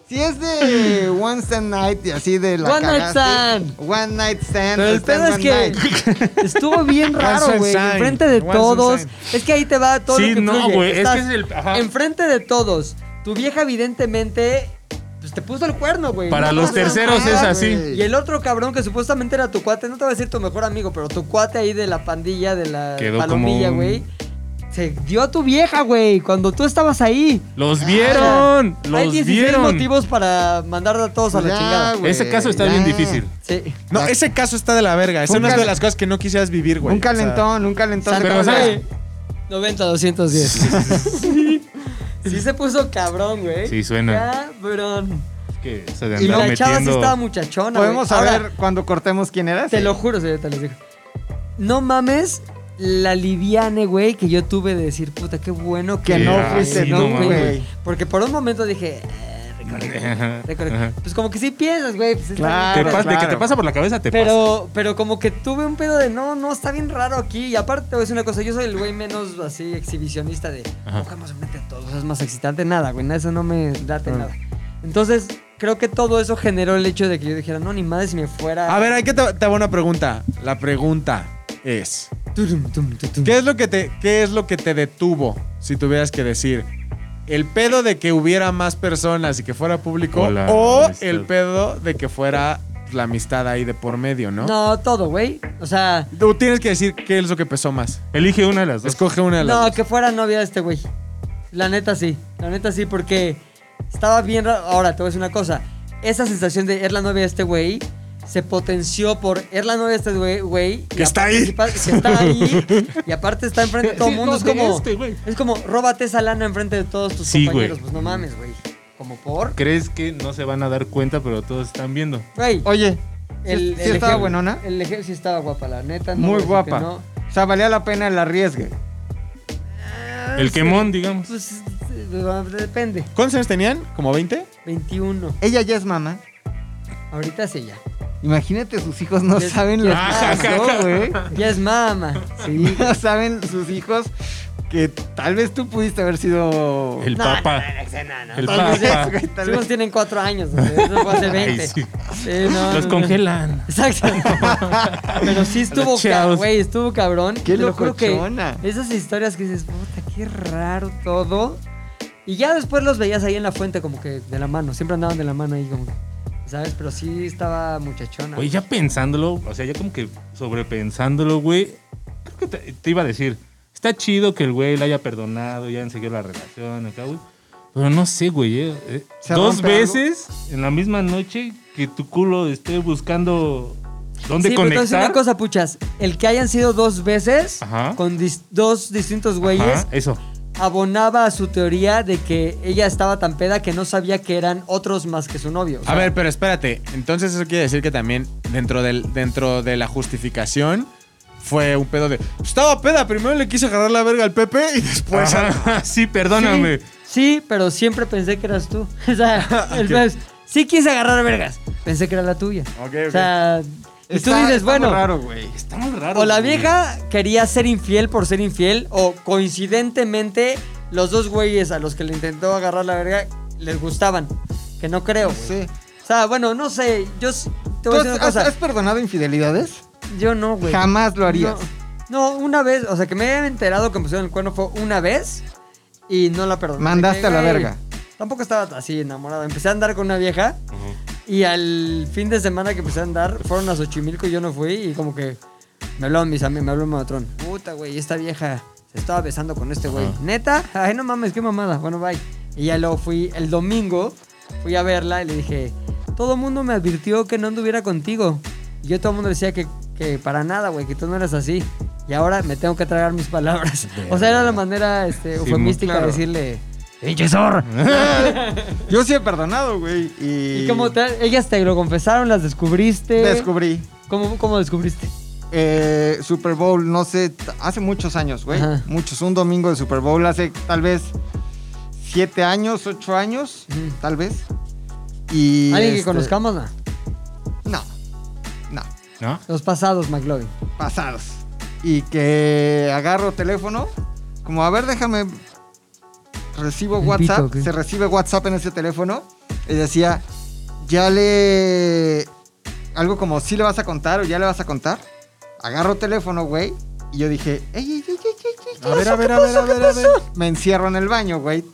Si es de One Stand Night y así de la
One Night
cagaste.
Stand.
One Night Stand.
Pero el
stand
pedo es
one
que
night.
*laughs* estuvo bien raro,
Once
güey.
and sign.
Enfrente de
Once and
todos.
sign.
Es que ahí te va todo
Sí,
lo que
no,
fluye.
güey, es
Estás
que es el- ajá.
Enfrente de todos. Tu vieja, evidentemente, pues te puso el cuerno, güey.
Para
No
los
pasa
terceros
nada,
es
güey.
así.
Y el otro cabrón que supuestamente era tu cuate, no te voy a decir tu mejor amigo, pero tu cuate ahí de la pandilla, de la
Quedó
palomilla,
como un-
güey. Se dio a tu vieja, güey, cuando tú estabas ahí.
Los vieron.
Hay
Los
16
vieron.
motivos para mandar a todos a la
Ya,
chingada.
güey.
Ese caso está
Ya.
bien difícil.
Sí.
No, ese caso está de la verga. Es
Un
una de
cal-
las cosas que no quisieras vivir, güey.
Un calentón, un calentón. de
Pero,
cabeza.
¿sabes?
90, 210. sí. sí se puso cabrón, güey.
Sí, suena.
Cabrón.
Es que se le
Y
andaba
la chava sí
metiendo- *laughs*
estaba muchachona. güey.
Podemos saber
Ahora,
cuando cortemos quién eras.
te lo juro, señorita, les digo. No mames la liviane, güey, que yo tuve de decir, puta, qué bueno que
Que no
Era,
fuiste,
sí,
no,
no mames.
güey.
Porque por un momento dije, eh, recorre,
Ajá,
recorre.
ajá.
Pues como que sí piensas, güey. Pues, está
Claro.
Te
bien,
pas-
pero-
De que te pasa por la cabeza, te pasa.
pero, pero como que tuve un pedo de no, no, está bien raro aquí. Y aparte, te voy a decir una cosa, yo soy el güey menos así exhibicionista de
Ajá.
cojamos frente a todos, es más excitante, nada, güey, nada, eso no me date nada. Entonces, creo que todo eso generó el hecho de que yo dijera, no, ni madre si me fuera.
A ver, hay que te, te hago una pregunta. La pregunta es:
Turum, tum, tum,
Mm.
tum.
¿qué es, lo que te, ¿Qué es lo que te detuvo si tuvieras que decir? ¿El pedo de que hubiera más personas y que fuera público?
O la
¿O
amistad.
el pedo de que fuera la amistad ahí de por medio, no?
No, todo, güey. O sea,
Tú tienes que decir qué es lo que pesó más.
Elige una de las dos.
Escoge una de las.
no,
dos.
que fuera novia de este güey. La neta sí, la neta sí, porque estaba bien raro. Ahora, te voy a decir una cosa. Esa sensación de er la novia de este güey se potenció por er la novia de este güey- güey.
Que está ahí.
Que está ahí.
*laughs*
y aparte está enfrente de todo el
Sí,
mundo.
no,
es
de
como,
este, güey.
es como, róbate esa lana enfrente de todos tus
Sí,
compañeros.
güey.
Pues no mames, güey. Como por...
¿Crees que no se van a dar cuenta, pero todos están viendo?
Güey,
Oye,
el,
¿sí
el
estaba
ejem-
buenona?
El ejército sí estaba guapa, la neta. no
muy
voy a decir
guapa.
que no.
O sea, valía la pena el arriesgue.
El quemón, digamos.
Pues eh, depende.
¿Cuántos años tenían? ¿Como 20?
21.
Ella ya es mamá.
Ahorita sí ya.
Imagínate, sus hijos no
Ya-
saben lo que
Ah,
pasó, güey.
Ya es mama.
Sí, no saben sus hijos que tal vez tú pudiste haber sido...
El
No,
papa. El
Tal vez,
papa.
güey, *laughs* tal
Los hijos
vez.
tienen cuatro años, o sea, eso
*laughs*
fue hace
Ay,
20.
sí.
Sí, no,
Los
no,
congelan.
no. Exacto. Pero sí estuvo,
Los
ca-
chavos.
güey, estuvo cabrón.
Qué
Te lo juro que
locochona.
Esas historias que dices, puta, qué raro todo. Y ya después los veías ahí en la fuente como que de la mano, siempre andaban de la mano ahí como, ¿sabes? Pero sí estaba muchachona.
Oye, ya pensándolo, o sea, ya como que sobrepensándolo, güey. Creo que te, te iba a decir, está chido que el güey la haya perdonado, ya han seguido la relación acá, güey. Pero no sé, güey. eh, eh,
¿Se
Dos
rompe algo?
veces en la misma noche que tu culo esté buscando dónde
sí, pero te voy a decir
conectar.
una cosa, puchas. El que hayan sido dos veces
Ajá.
con dis- dos distintos güeyes
Ajá, eso.
abonaba a su teoría de que ella estaba tan peda que no sabía que eran otros más que su novio. O sea,
A ver, pero espérate. Entonces eso quiere decir que también dentro, del, dentro de la justificación fue un pedo de... Estaba peda, primero le quise agarrar la verga al Pepe y después...
*laughs*
a-".
Ajá, sí,
sí,
perdóname.
Sí, pero siempre pensé que eras tú. *laughs* O
*laughs*
sea, el pez, sí quise agarrar vergas. Pensé que era la tuya.
Ok,
O sea, y tú
Está-
dices,
está
bueno,
muy raro, güey.
Está muy raro.
o la
güey.
vieja quería ser infiel por ser infiel, o coincidentemente los dos güeyes a los que le intentó agarrar la verga les gustaban. Que no creo. güey.
Sí.
O sea, bueno, no sé. Yo s- te
¿Tú
voy a
has,
decir una
has-
cosa.
has perdonado infidelidades?
Yo no, güey.
Jamás lo harías.
No, no, una vez, o sea, que me habían enterado que me pusieron el cuerno fue una vez y no la perdoné.
Mandaste
Que,
a la
güey,
verga.
Tampoco estaba así enamorado. Empecé a andar con una vieja y al fin de semana que empecé a andar fueron a Xochimilco y yo no fui y como que me hablaban mis amigos, me habló mi matrón. Puta, güey, esta vieja se estaba besando con este güey. ¿Neta? Ay, no mames, qué mamada. Bueno, bye. Y ya luego fui el domingo, fui a verla y le dije, todo el mundo me advirtió que no anduviera contigo. Y yo todo el mundo decía que, que para nada, güey, que tú no eras así. Y ahora me tengo que tragar mis palabras. O sea, era la manera este, eufemística de decirle... ¡Pinche zorra!
Yo sí he perdonado, güey. Y,
Y como te- ellas te lo confesaron, las descubriste.
Descubrí.
¿Cómo, cómo descubriste?
eh, Super Bowl, no sé, t- hace muchos años, güey.
Ajá.
Muchos, un domingo de Super Bowl, hace tal vez siete años, ocho años,
Ujú.
tal vez. Y
Alguien que
este,
conozcamos, no.
No, no, ¿Ah?
¿No?
Los pasados, McLovin.
pasados. Y que agarro teléfono, como a ver, déjame, recibo
El
WhatsApp,
pito, ¿o qué?
se recibe WhatsApp en ese teléfono y decía, ya le... Algo como, ¿sí le vas a contar o ya le vas a contar? Agarro teléfono, güey, y yo dije, ey, ey, ey, ey, ey, ey, ¿qué
A ver,
pasó?
a ver, a ver, a ver, a ver.
Me encierro en el baño, güey.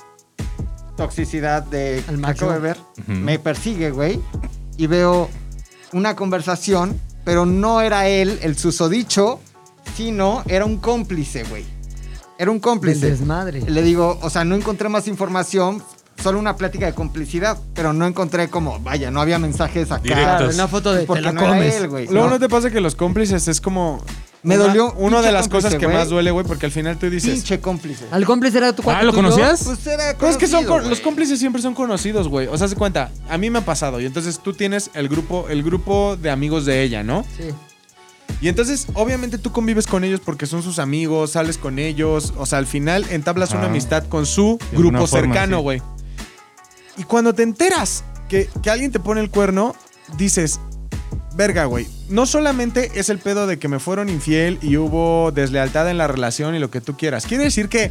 Toxicidad de...
Al
que
máximo.
acabo de ver.
Ujú.
Me persigue, güey. Y veo una conversación, pero no era él el susodicho, sino era un cómplice, güey. Era un
Del
cómplice.
desmadre.
Le digo, o sea, no encontré más información, solo una plática de complicidad, pero no encontré como, vaya, no había mensajes acá.
Directos.
Una foto de te
Porque
la
no era
comes.
él, güey.
Luego
No.
no te pasa que los cómplices es como.
Me
una-
dolió
Una
pinche
de las cosas
cómplice,
que
güey.
más duele, güey, porque al final tú dices.
Pinche cómplice.
Al cómplice era tu cuate
Ah, ¿lo
tuyo?
conocías?
Pues era
Pero es que son
conocido,
co- los
güey.
cómplices siempre son conocidos, güey. O sea, se cuenta, a mí me ha pasado y entonces tú tienes el grupo el grupo de amigos de ella, ¿no?
Sí.
Y entonces obviamente tú convives con ellos porque son sus amigos, sales con ellos, o sea, al final entablas una
Ah.
amistad con su
De
grupo
alguna forma,
cercano,
sí.
güey. Y cuando te enteras que, que alguien te pone el cuerno, dices, verga, güey. No solamente es el pedo de que me fueron infiel y hubo deslealtad en la relación y lo que tú quieras. Quiere decir que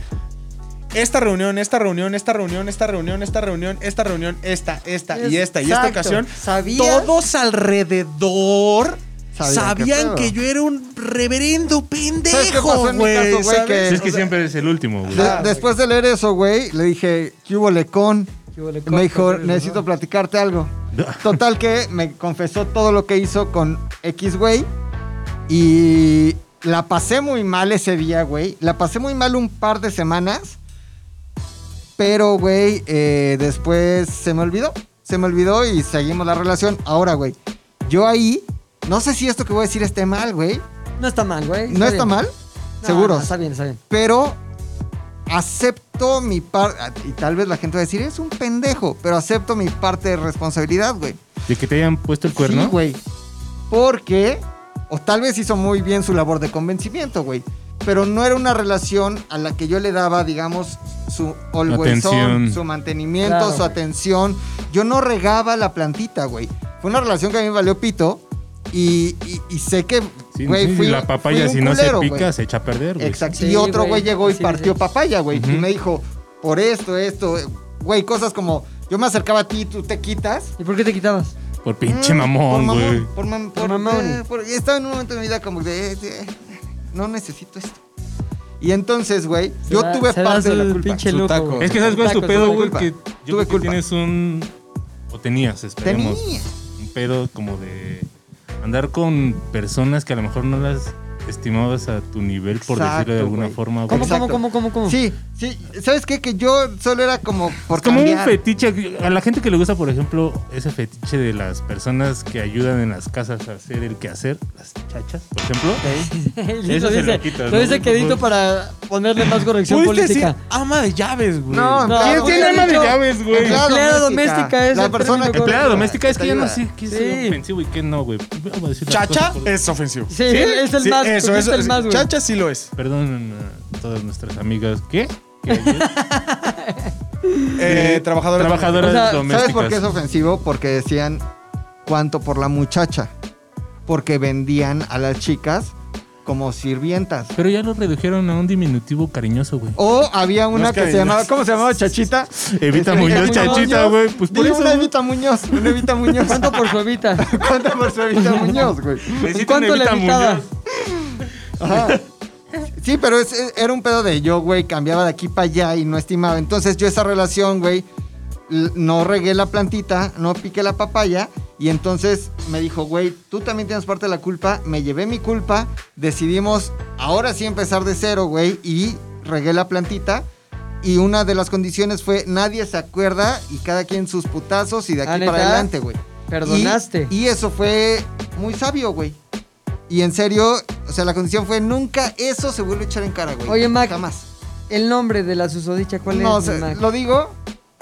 esta reunión, esta reunión, esta reunión, esta reunión, esta reunión, esta reunión, esta,
Ah,
esta y esta y esta
Exacto.
ocasión,
¿Sabías?
todos alrededor
Sabían
sabían,
qué pedo.
que yo era un reverendo
¿Sabes qué pasó
pendejo,
en mi caso,
güey.
güey?
¿sabes?
Que-
Sí, es
o
que
sea,
siempre es el último, güey.
de- después de leer eso, güey, le dije, ¿qué hubo lecón?
¿Qué hubo, le
Me dijo,
cortas el
necesito
limón?
platicarte algo. Total que me confesó todo lo que hizo con X, güey. Y la pasé muy mal ese día, güey. La pasé muy mal un par de semanas. Pero, güey, eh, después se me olvidó. Se me olvidó y seguimos la relación. Ahora, güey, yo ahí, no sé si esto que voy a decir esté mal, güey.
No está mal, güey.
¿No está
bien.
mal?
No,
Seguro.
no, está bien, está bien.
Pero acepto mi parte. Y tal vez la gente va a decir, es un pendejo. Pero acepto mi parte de responsabilidad, güey.
De que te hayan puesto el cuerno.
Sí, güey. Porque, o tal vez hizo muy bien su labor de convencimiento, güey. Pero no era una relación a la que yo le daba, digamos, su always on,
Atención.
su mantenimiento,
Claro,
su
güey.
atención. Yo no regaba la plantita, güey. Fue una relación que a mí me valió pito. Y, y- y sé que,
Sí,
güey,
sí,
fui-
la papaya,
fui un
si no
culero,
se pica,
güey.
se echa a perder, Pues, güey.
Exacto.
Sí,
y otro güey
güey,
llegó y
sí,
partió
sí.
papaya, güey. Y
Ujú.
me dijo, por esto, esto. eh, Güey, cosas como, yo me acercaba a ti, tú te quitas.
¿Y por qué te quitabas?
Por pinche
Mm,
mamón,
por
güey.
Por, mam-
Por
por-
mamón.
eh, por- estaba en un momento de mi vida como de, eh, eh, no necesito esto. Y entonces, güey, yo
Se da-
tuve
se da
parte de la
su
culpa.
pinche
Su
loco,
taco.
güey.
Es que sabes cuál es tu
Tacos,
pedo,
tuve
güey,
culpa.
que yo
Tuve
creo que
culpa.
tienes un o tenías, esperemos,
Tenía.
un pedo como de andar con personas que a lo mejor no las estimabas a tu nivel, por decirlo de
Exacto,
alguna
güey.
forma, güey.
¿Cómo,
Exacto.
cómo, cómo, cómo, cómo? *laughs*
Sí, sí. ¿Sabes qué? Que yo solo era como por
Es como un
cambiar.
fetiche. A la gente que le gusta, por ejemplo, ese fetiche de las personas que ayudan en las casas a hacer el quehacer, las chachas, por ejemplo.
lo
Eso se
dice,
lo quitas,
lo
¿no?
dice quedito para ponerle más corrección
Pudiste
política.
decir ama de llaves, güey.
No,
No, güey,
¿Quién Ah, tiene
he
alma de
dicho-
llaves, güey?
Empleada
Empleada
doméstica es
La
el
persona
término
Empleada
correcto.
Eh, doméstica es que yo no sé qué es
Sí.
ofensivo y qué no, güey. Voy a decir las
Chacha
cosas por-
es ofensivo.
Sí, es el
Sí,
más,
eso,
porque
eso,
es el
sí.
más, güey.
Chacha sí lo es.
Perdón a todas nuestras amigas. ¿Qué? ¿Qué ayer?
Eh, trabajadora.
Trabajadoras
O sea, ¿sabes
domésticas.
¿Sabes por qué es ofensivo? Porque decían cuánto por la muchacha. Porque vendían a las chicas como sirvientas.
Pero ya lo redujeron a un diminutivo cariñoso, güey.
O había una
es
que se
cariñoso.
llamaba, ¿cómo se llamaba? Chachita.
Evita Muñoz, chachita, güey. Pues por
Dile
eso.
una
güey.
Evita Muñoz, una Evita Muñoz.
¿Cuánto por su evita?
*laughs* ¿Cuánto por su Evita Muñoz, güey?
Necesito
¿Cuánto
una
le
Evita
evitaba?
Muñoz.
Ajá. Sí, pero es- es- era un pedo de yo, güey, cambiaba de aquí para allá y no estimaba. Entonces yo esa relación, güey, l- no regué la plantita, no piqué la papaya. Y entonces me dijo, güey, tú también tienes parte de la culpa. Me llevé mi culpa. Decidimos ahora sí empezar de cero, güey. Y regué la plantita. Y una de las condiciones fue nadie se acuerda y cada quien sus putazos y de
¿Ah,
aquí
neta?
para adelante, güey.
Perdonaste.
Y, y eso fue muy sabio, güey. Y en serio, o sea, la condición fue nunca eso se vuelve a echar en cara, güey.
Oye, Mac,
Jamás.
¿El nombre de la susodicha cuál
No,
es?
sé,
Mac?
lo digo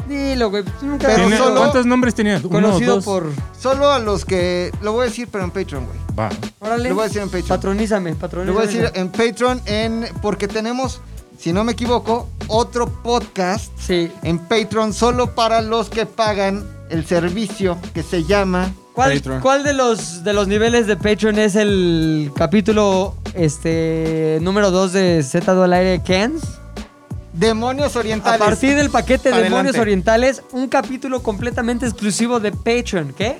Dilo, güey. Tú Nunca
Pero
Tenía-
solo-
¿Cuántos nombres tenías?
conocido por.
Solo a los que. Lo voy a decir, pero en Patreon, güey.
Va.
Órale.
Lo voy a decir en Patreon.
Patronízame,
Lo
patronízame.
voy a decir en Patreon, en, porque tenemos, si no me equivoco, otro podcast
Sí.
en Patreon solo para los que pagan el servicio que se llama.
¿Cuál,
Patreon.
cuál de los de los niveles de Patreon es el capítulo este número 2 de Z al aire Cans?
Demonios
A
orientales.
partir del paquete de
Adelante.
Demonios Orientales, un capítulo completamente exclusivo de Patreon, ¿qué?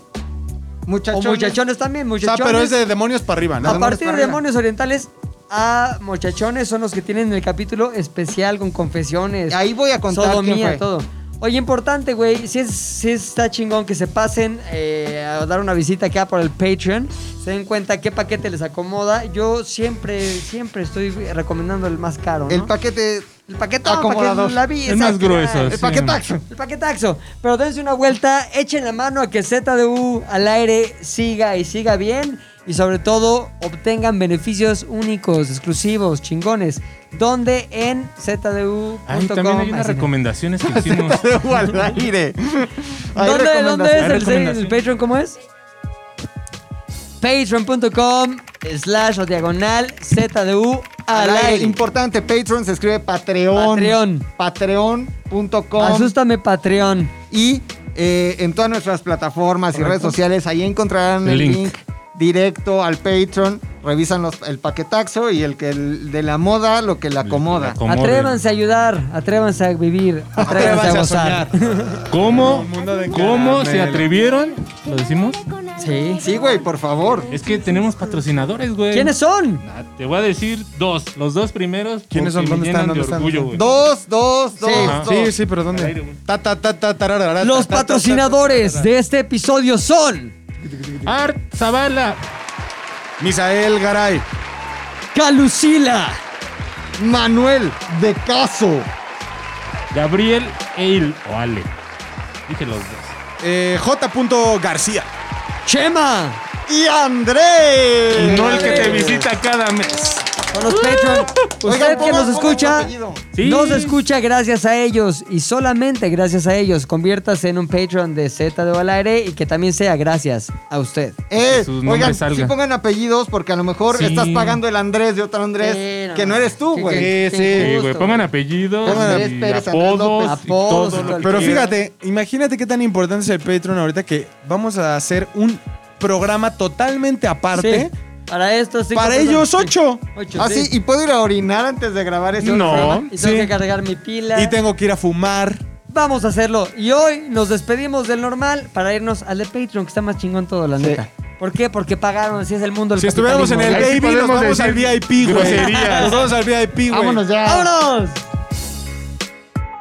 Muchachones.
O muchachones también,
O sea,
muchachones.
pero es de demonios para arriba,
A
¿no?
Demonios
partir de
para arriba.
Demonios Orientales a Muchachones son los que tienen el capítulo especial con confesiones.
Ahí voy a contar quién
Sodomía,
fue.
todo. Oye, importante, güey. Si, es, si está chingón que se pasen eh, a dar una visita acá por el Patreon. Se den cuenta qué paquete les acomoda. Yo siempre, siempre estoy recomendando el más caro. ¿no?
El paquete.
el paquetón,
acomodador.
paquete- la vi-
El más
exacto.
grueso.
El
sí.
paquetaxo.
El paquetaxo. Pero dense una vuelta, echen la mano a que ZDU al aire siga y siga bien. Y sobre todo, obtengan beneficios únicos, exclusivos, chingones. Donde en ZDU.com.
Ahí también hay unas
Así, ¿no?
recomendaciones que hicimos.
Debo *laughs* al aire. Hay
¿Dónde, dónde es
recomendaciones.
el, el Patreon? ¿Cómo es? Patreon.com slash o diagonal ZDU al aire.
Importante, Patreon se escribe Patreon.
Patreon.
Patreon.com.
Asústame Patreon.
Y eh, en todas nuestras plataformas y redes sociales, ahí encontrarán el
Link.
link, directo al Patreon. Revisan los- el paquetaxo y el que el de la moda, lo que le acomoda.
Acomoden.
Atrévanse a ayudar, atrévanse a vivir, atrévanse, a gozar.
¿Cómo,
mundo de
¿cómo se
caramelo.
atrevieron? ¿Lo decimos?
*laughs* Sí.
Sí, güey, por favor.
Es que tenemos patrocinadores, güey.
¿Quiénes son?
Ah, Te voy a decir dos. Los dos primeros.
¿Quiénes son?
porque me
¿Dónde están?
llenan de
¿Dónde están?
orgullo, güey.
Dos, dos, dos,
Ajá.
dos.
Sí, sí, pero
Al aire, güey.
¿dónde? Ta, ta, ta, ta, tararara,
Los
ta, ta, ta,
patrocinadores de este episodio son
Art Zavala.
ta, ta. Misael Garay.
Calucila,
Manuel de Caso.
Gabriel Eil o Ale. Dije los dos.
eh, J. García.
Chema.
Y André.
No el que te visita cada mes.
Son
*laughs*
los Patreon.
Pues
Usted que nos escucha,
Sí.
nos escucha gracias a ellos y solamente gracias a ellos. Conviértase en un Patreon de Z de Valaire y que también sea gracias a usted.
Eh,
Que sus nombres
oigan,
salgan.
sí pongan apellidos porque a lo mejor
Sí.
estás pagando el Andrés de otro Andrés
Sí, no,
que no
no.
eres
Uh,
tú,
Sí,
güey.
que- que
Sí, sí.
Sí,
injusto,
güey. Pongan apellidos,
Pongan Andrés
y
Pérez, Andrés
apodos,
López.
y todo
Apodos y
lo
todo el
que
Pero
quieran.
fíjate, imagínate qué tan importante es el Patreon ahorita que vamos a hacer un programa totalmente aparte.
Sí, Para estos cinco
Para
personas,
ellos,
sí.
ocho.
Ocho,
Ah,
sí.
sí, y puedo ir a orinar antes de grabar ese
No.
programa?
Y tengo
Sí.
que cargar mi pila.
Y tengo que ir a fumar.
Vamos a hacerlo. Y hoy nos despedimos del normal para irnos al de Patreon, que está más chingón todo, la neta. ¿Por qué? Porque pagaron, si es el mundo el
Si estuviéramos en el
Ahí sí
baby, nos
podemos
vamos al
decir
VIP, güey.
groserías.
Nos vamos al VIP, güey.
Vámonos ya.
¡Vámonos!